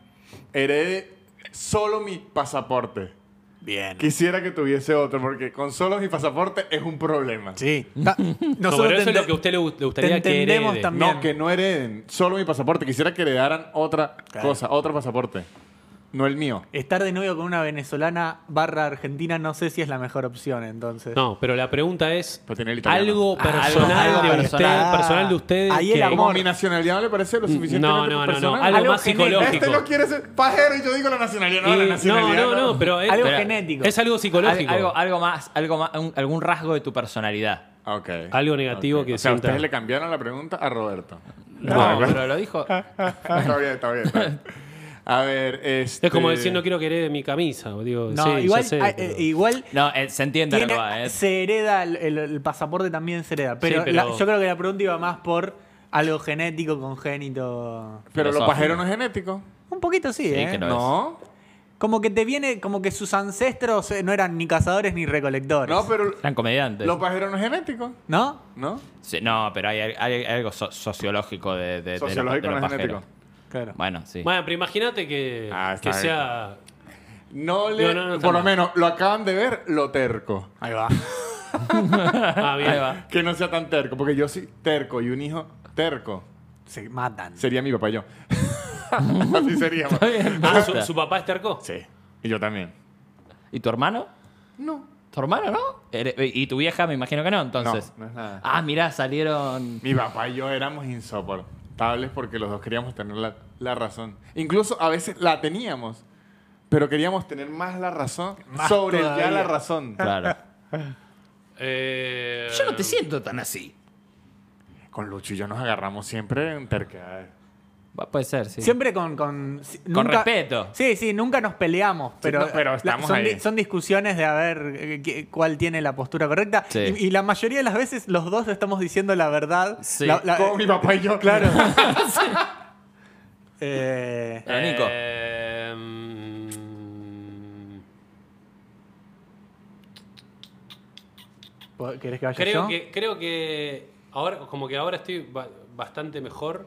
D: herede solo mi pasaporte.
A: Bien.
D: Quisiera que tuviese otro, porque con solo mi pasaporte es un problema.
A: Sí. Ta-
C: No, pero eso
A: te
C: es lo
A: ente-
C: que a usted le, gu- le gustaría que
A: entendemos
C: herede.
A: también.
D: No, que no hereden solo mi pasaporte. Quisiera que heredaran otra
A: Claro.
D: cosa, otro pasaporte. No el mío.
A: Estar de novio con una venezolana barra argentina no sé si es la mejor opción entonces.
C: No, pero la pregunta es
D: Pero tiene Pues el italiano.
C: algo
B: Ah, algo-
C: personal
A: algo
C: de
A: personal.
C: usted, personal de ustedes.
A: Ahí el
C: que-
A: amor.
D: Como mi nacionalidad me parece lo suficiente.
C: Mm, No, no, no, no. Algo,
A: Algo
C: más
A: genético.
C: psicológico.
D: Este no quiere ser pajero y yo digo la nacionalidad. No, la
C: Y- no,
D: nacionalidad
C: no,
D: no.
C: no, pero es
A: Algo
C: pero-
A: genético.
C: Es algo psicológico.
B: Al- Algo, algo más, algo más un- algún rasgo de tu personalidad.
D: Ok.
C: Algo negativo
D: Ok.
C: que
D: o sea,
C: sienta.
D: ustedes le cambiaron la pregunta a Roberto.
B: No, pero lo dijo.
D: está bien, está bien. está bien. A ver, este...
C: Es como decir, no quiero que herede mi camisa. Digo,
A: No,
C: sí, ya
A: igual,
C: sé,
A: ah, eh,
C: pero-
A: igual
B: No, eh, se entiende
A: tiene-
B: lo que va, eh.
A: se hereda, el, el- el pasaporte también se hereda. Pero,
C: Sí, pero-
A: la- yo creo que la pregunta iba más por algo genético, congénito.
D: Pero lo
B: Filosófico.
D: pajero no es genético.
A: Un poquito sí,
B: Sí,
A: ¿eh?
B: que No
D: No.
A: Como que te viene, como que sus ancestros eh, no eran ni cazadores ni recolectores.
D: No, pero
B: eh. Eran comediantes.
D: lo pajero no es genético.
A: ¿No?
D: ¿No?
B: Sí, no, pero hay, hay- hay algo so- sociológico de, de- de, lo-
D: Sociológico
B: de lo
D: no es
B: pajero.
D: genético.
A: Claro.
B: Bueno, sí.
C: Bueno, pero imagínate que,
D: Ah, está
C: que
D: bien.
C: sea.
D: No le...
C: No, no, no, está
D: por lo
C: mal.
D: menos, lo acaban de ver, lo terco.
A: Ahí va.
C: Ah, bien.
B: Ahí va.
D: Que no sea tan terco, porque yo sí terco y un hijo terco.
A: Se matan.
D: Sería mi papá y yo. Así pues. seríamos.
C: Ah, ¿su, su papá es terco?
D: Sí. Y yo también.
B: ¿Y tu hermano?
D: No.
B: ¿Tu hermano no? Ere- eh, ¿Y tu vieja? Me imagino que no, entonces.
D: No, no es nada.
B: Ah, mirá, salieron.
D: Mi papá y yo éramos insoportables porque los dos queríamos tener la, la razón. Incluso a veces la teníamos, pero queríamos tener más la razón
A: Más
D: sobre ya
A: todavía.
D: la razón.
B: Claro.
C: Eh,
B: Yo no te siento tan así.
D: Con Lucho y yo nos agarramos siempre en terquedades.
B: Bueno, Puede ser, sí.
A: Siempre con, con, si-
B: Con respeto.
A: Sí, sí, nunca nos peleamos, pero,
D: no, pero estamos
A: son,
D: ahí.
A: di- son discusiones de a ver eh, qué- cuál tiene la postura correcta.
B: Sí.
A: Y, y la mayoría de las veces los dos estamos diciendo la verdad.
B: Sí.
A: La- la- eh,
D: Con mi papá y yo.
A: Claro. Eh,
B: Pero Nico.
C: eh, mm,
A: ¿Querés que vaya
C: creo,
A: yo?
C: que, creo que. Ahora, como que ahora estoy ba- bastante mejor.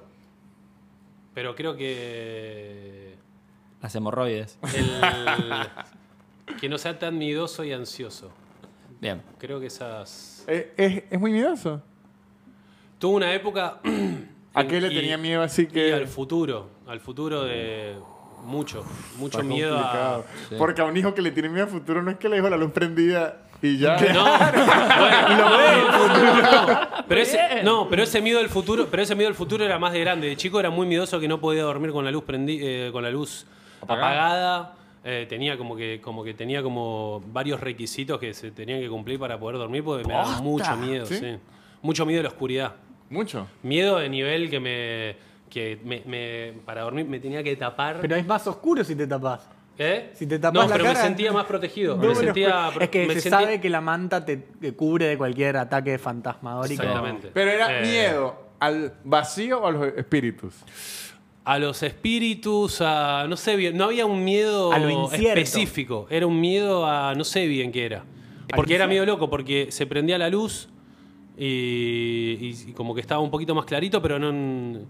C: Pero creo que.
B: Las hemorroides.
C: el- que no sea tan miedoso y ansioso.
B: Bien.
C: Creo que esas.
D: Eh, es, es muy miedoso.
C: Tuve una época.
D: ¿A
C: en-
D: qué le
C: y-
D: tenía miedo así
C: Y al
D: que...
C: futuro. Al futuro de. Mucho. Mucho
D: Está
C: miedo a.
D: complicado. Porque a un hijo que le tiene miedo al futuro no es que le dijo la luz prendida y ya.
C: No, bueno, no, no, no. pero ese, no, pero ese miedo al futuro, pero ese miedo al futuro era más de grande. De chico era muy miedoso que no podía dormir con la luz prendi- eh, con la luz apagada.
D: Apagada.
C: Eh, tenía como que, como que tenía como varios requisitos que se tenían que cumplir para poder dormir porque me daba mucho miedo,
D: ¿Sí?
C: sí. Mucho miedo a la oscuridad.
D: Mucho.
C: Miedo de nivel que me. que me- me- para dormir me tenía que tapar.
A: Pero es más oscuro si te tapás.
C: ¿Eh?
A: Si te tapas
C: no,
A: la
C: pero
A: cara-
C: me sentía más protegido.
A: Doble
C: me sentía,
A: oscuro. es que
C: me
A: se
C: sentía-
A: sabe que la manta te, te cubre de cualquier ataque fantasmagórico.
C: Exactamente.
D: Pero era
C: Eh,
D: miedo al vacío o a los espíritus.
C: A los espíritus, a. No sé bien. No había un miedo
A: A lo incierto.
C: específico. Era un miedo a. No sé bien qué era. Porque era medio loco, porque se prendía la luz y, y- y como que estaba un poquito más clarito, pero no.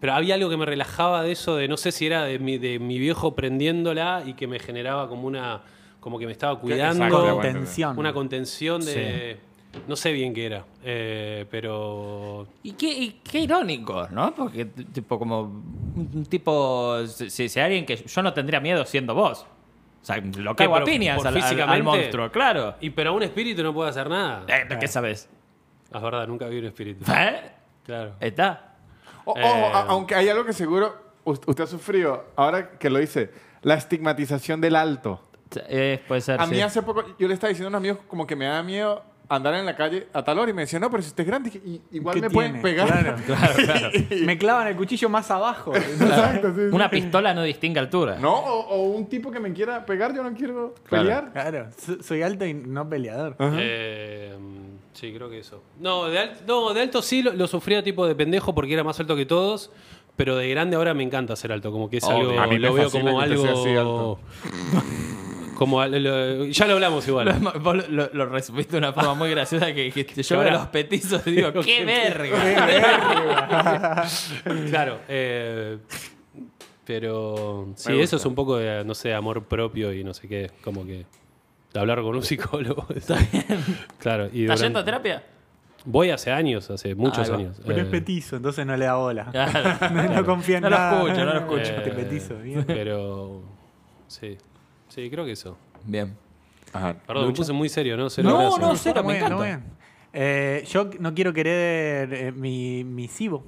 C: Pero había algo que me relajaba de eso, de no sé si era de mi, de mi viejo prendiéndola y que me generaba como una. como que me estaba cuidando.
B: Exacto, bueno.
A: Contención.
C: Una contención de. No sé bien qué era, eh, pero.
B: Y qué, y qué irónico, ¿no? Porque, t- tipo, como un un tipo, si, si- si alguien que yo no tendría miedo siendo vos. O sea, lo cago a
C: pero
B: piñas
C: por
B: al, al- al
C: físicamente?
B: monstruo, claro.
C: Y pero un espíritu no puede hacer nada.
B: Eh, ¿Qué sabes?
C: Es verdad, nunca vi un espíritu.
B: ¿Eh?
C: Claro.
B: Ahí Está.
D: O- ojo,
C: Eh.
D: a- aunque hay algo que seguro us- usted ha sufrido, ahora que lo dice, la estigmatización del alto.
B: Eh, puede ser.
D: A mí
B: sí.
D: hace poco yo le estaba diciendo a unos amigos como que me da miedo andar en la calle a tal hora y me decían, no, pero si usted es grande, y- y- igual
A: ¿Qué
D: me
A: tiene?
D: pueden pegar.
A: Claro,
B: Claro, claro.
A: Me clavan el cuchillo más abajo.
D: Exacto, sí, sí.
B: Una pistola no distingue altura.
D: No, o, o un tipo que me quiera pegar, yo no quiero
B: Claro.
D: pelear.
A: Claro, so- soy alto y no peleador.
C: Eh, sí, creo que eso. No, de, al- no, de alto sí lo, lo sufría tipo de pendejo porque era más alto que todos, pero de grande ahora me encanta ser alto, como que es
B: Obvio.
C: algo,
B: A
D: mí me
C: lo veo
D: fascina
C: como
D: que te
C: algo...
D: sea así alto.
C: como al- lo- ya lo hablamos igual.
B: Vos lo, lo- lo resumiste de una forma muy graciosa que dijiste, yo veo
C: Ahora-
B: los petizos y digo, ¡qué verga!
C: claro. eh, pero sí,
D: gusta.
C: eso es un poco de, no sé, amor propio y no sé qué, como que... de hablar con un psicólogo. Está bien. Claro. Y
B: ¿Estás
C: durante-
B: yendo a terapia?
C: Voy hace años, hace muchos
B: Ahí va.
C: años.
A: Pero es
C: eh,
A: petizo, entonces no le da bola.
B: Claro.
A: No, no confía en
B: Ah.
A: nada.
B: No lo escucho, no lo escucho. Eh.
A: Este petizo, bien.
C: Eh, Pero. Sí. Sí, creo que eso.
B: Bien.
C: Perdón, me puse muy serio, ¿no? Cero
B: No,
C: gracia.
B: no, cero, me
A: Muy bien,
B: encanta.
A: muy bien. Eh, yo no quiero querer eh, mi, mi cibo.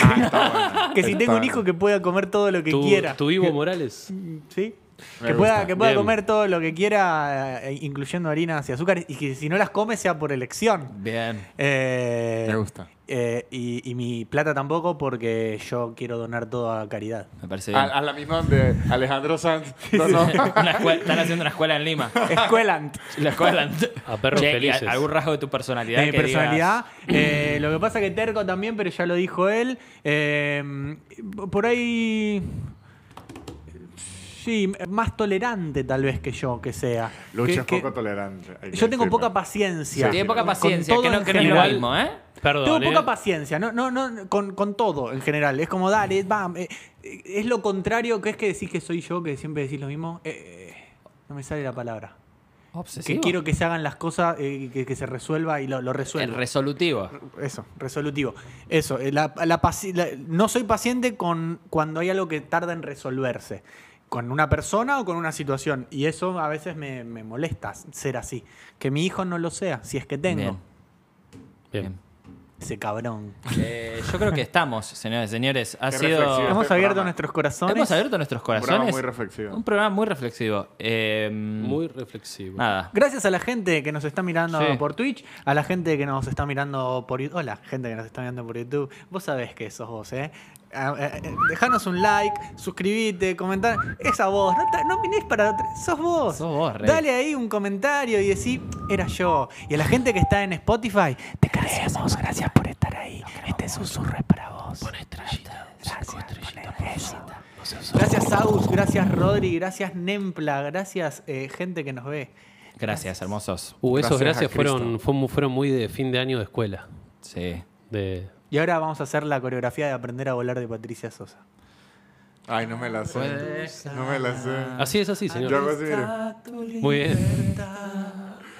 B: Ah,
A: Que si tengo un hijo que pueda comer todo lo que
C: Tu,
A: quiera.
C: tu Ivo Morales.
A: ¿Sí?
D: Me
A: Que pueda,
D: gusta.
A: que pueda
C: Bien.
A: comer todo lo que quiera, eh, incluyendo harinas y azúcares, y que si no las come sea por elección.
B: Bien.
A: Eh,
D: Me gusta.
A: eh, y, y mi plata tampoco, porque yo quiero donar todo a caridad.
B: Me parece
D: A,
B: bien.
D: a la misma de Alejandro Sanz. No, no.
B: Una escue- están haciendo una escuela en Lima.
A: Escuelant.
B: La escuela.
C: A perros
B: Che, y
C: felices.
B: algún rasgo de tu personalidad.
A: De mi
B: que digas,
A: personalidad. eh, lo que pasa que terco también, pero ya lo dijo él. eh, por ahí. Sí, más tolerante tal vez que yo, que sea.
D: Lucho
A: Que-
D: es
A: que-
D: poco tolerante. hay que
A: Yo tengo
D: decirlo.
A: poca paciencia.
D: Sí,
B: Tiene poca
A: Con
B: paciencia,
A: todo
B: que no
A: en
B: que no es lo
A: general.
B: mismo, ¿eh?
C: Perdón.
A: Tengo
C: eh.
A: poca paciencia, no, no, no, con, con todo en general. Es como, dale, va, eh, eh, es lo contrario que es que decís que soy yo, que siempre decís lo mismo. Eh, eh, no me sale la palabra. Que
B: Obsesivo.
A: quiero que se hagan las cosas, eh, que, que se resuelva y lo, lo
B: El
A: resuelvo.
B: resolutivo.
A: Eso, resolutivo. Eso, eh, la- la paci- la- no soy paciente con cuando hay algo que tarda en resolverse. Con una persona o con una situación. Y eso a veces me, me molesta ser así. Que mi hijo no lo sea, si es que tengo.
B: Bien.
C: Bien.
A: Ese cabrón.
B: Eh, yo creo que estamos, señores y señores. Ha
D: Qué
B: sido.
D: reflexivo.
A: Hemos
D: este
A: abierto
D: programa.
A: nuestros corazones.
B: Hemos abierto nuestros
D: Un programa
B: corazones.
D: muy reflexivo.
B: Un programa muy reflexivo. Eh,
A: Mm.
C: Muy reflexivo.
B: Nada.
A: Gracias a la gente que nos está mirando
B: Sí.
A: por Twitch, a la gente que nos está mirando por YouTube. Hola, gente que nos está mirando por YouTube. Vos sabés que sos vos, ¿eh? Ah, eh, eh, Dejanos un like, suscribite, comentar. Esa voz, no, ta- no vinés para. otro- Sos vos.
B: Sos vos, rey.
A: Dale ahí un comentario y decí, era yo. Y a la gente que está en Spotify, te queremos, gracias por estar ahí. Este susurro es para vos. Pon estrellita. Gracias, pon estrellita. Gracias, Saus, gracias, Rodri, gracias, Nempla, gracias, eh, gente que nos ve.
B: Gracias, hermosos.
C: Uh, esos
D: Gracias a
C: gracias fueron, fue mu- fueron muy de fin de año de escuela.
B: Sí.
C: De,
A: Y ahora vamos a hacer la coreografía de aprender a volar de Patricia Sosa.
D: Ay, no me la sé. No me la sé.
C: así es así,
D: Yo hago
C: señor.
D: así, mire.
C: Muy bien.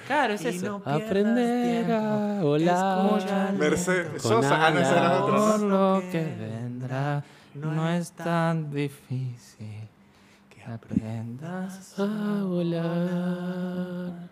B: Claro, es
C: Aprender a volar.
D: Mercedes
C: Con
D: Sosa. Ah, no, esa era
C: alas.
D: otra.
B: lo que vendrá no es tan difícil que aprendas.
C: A volar.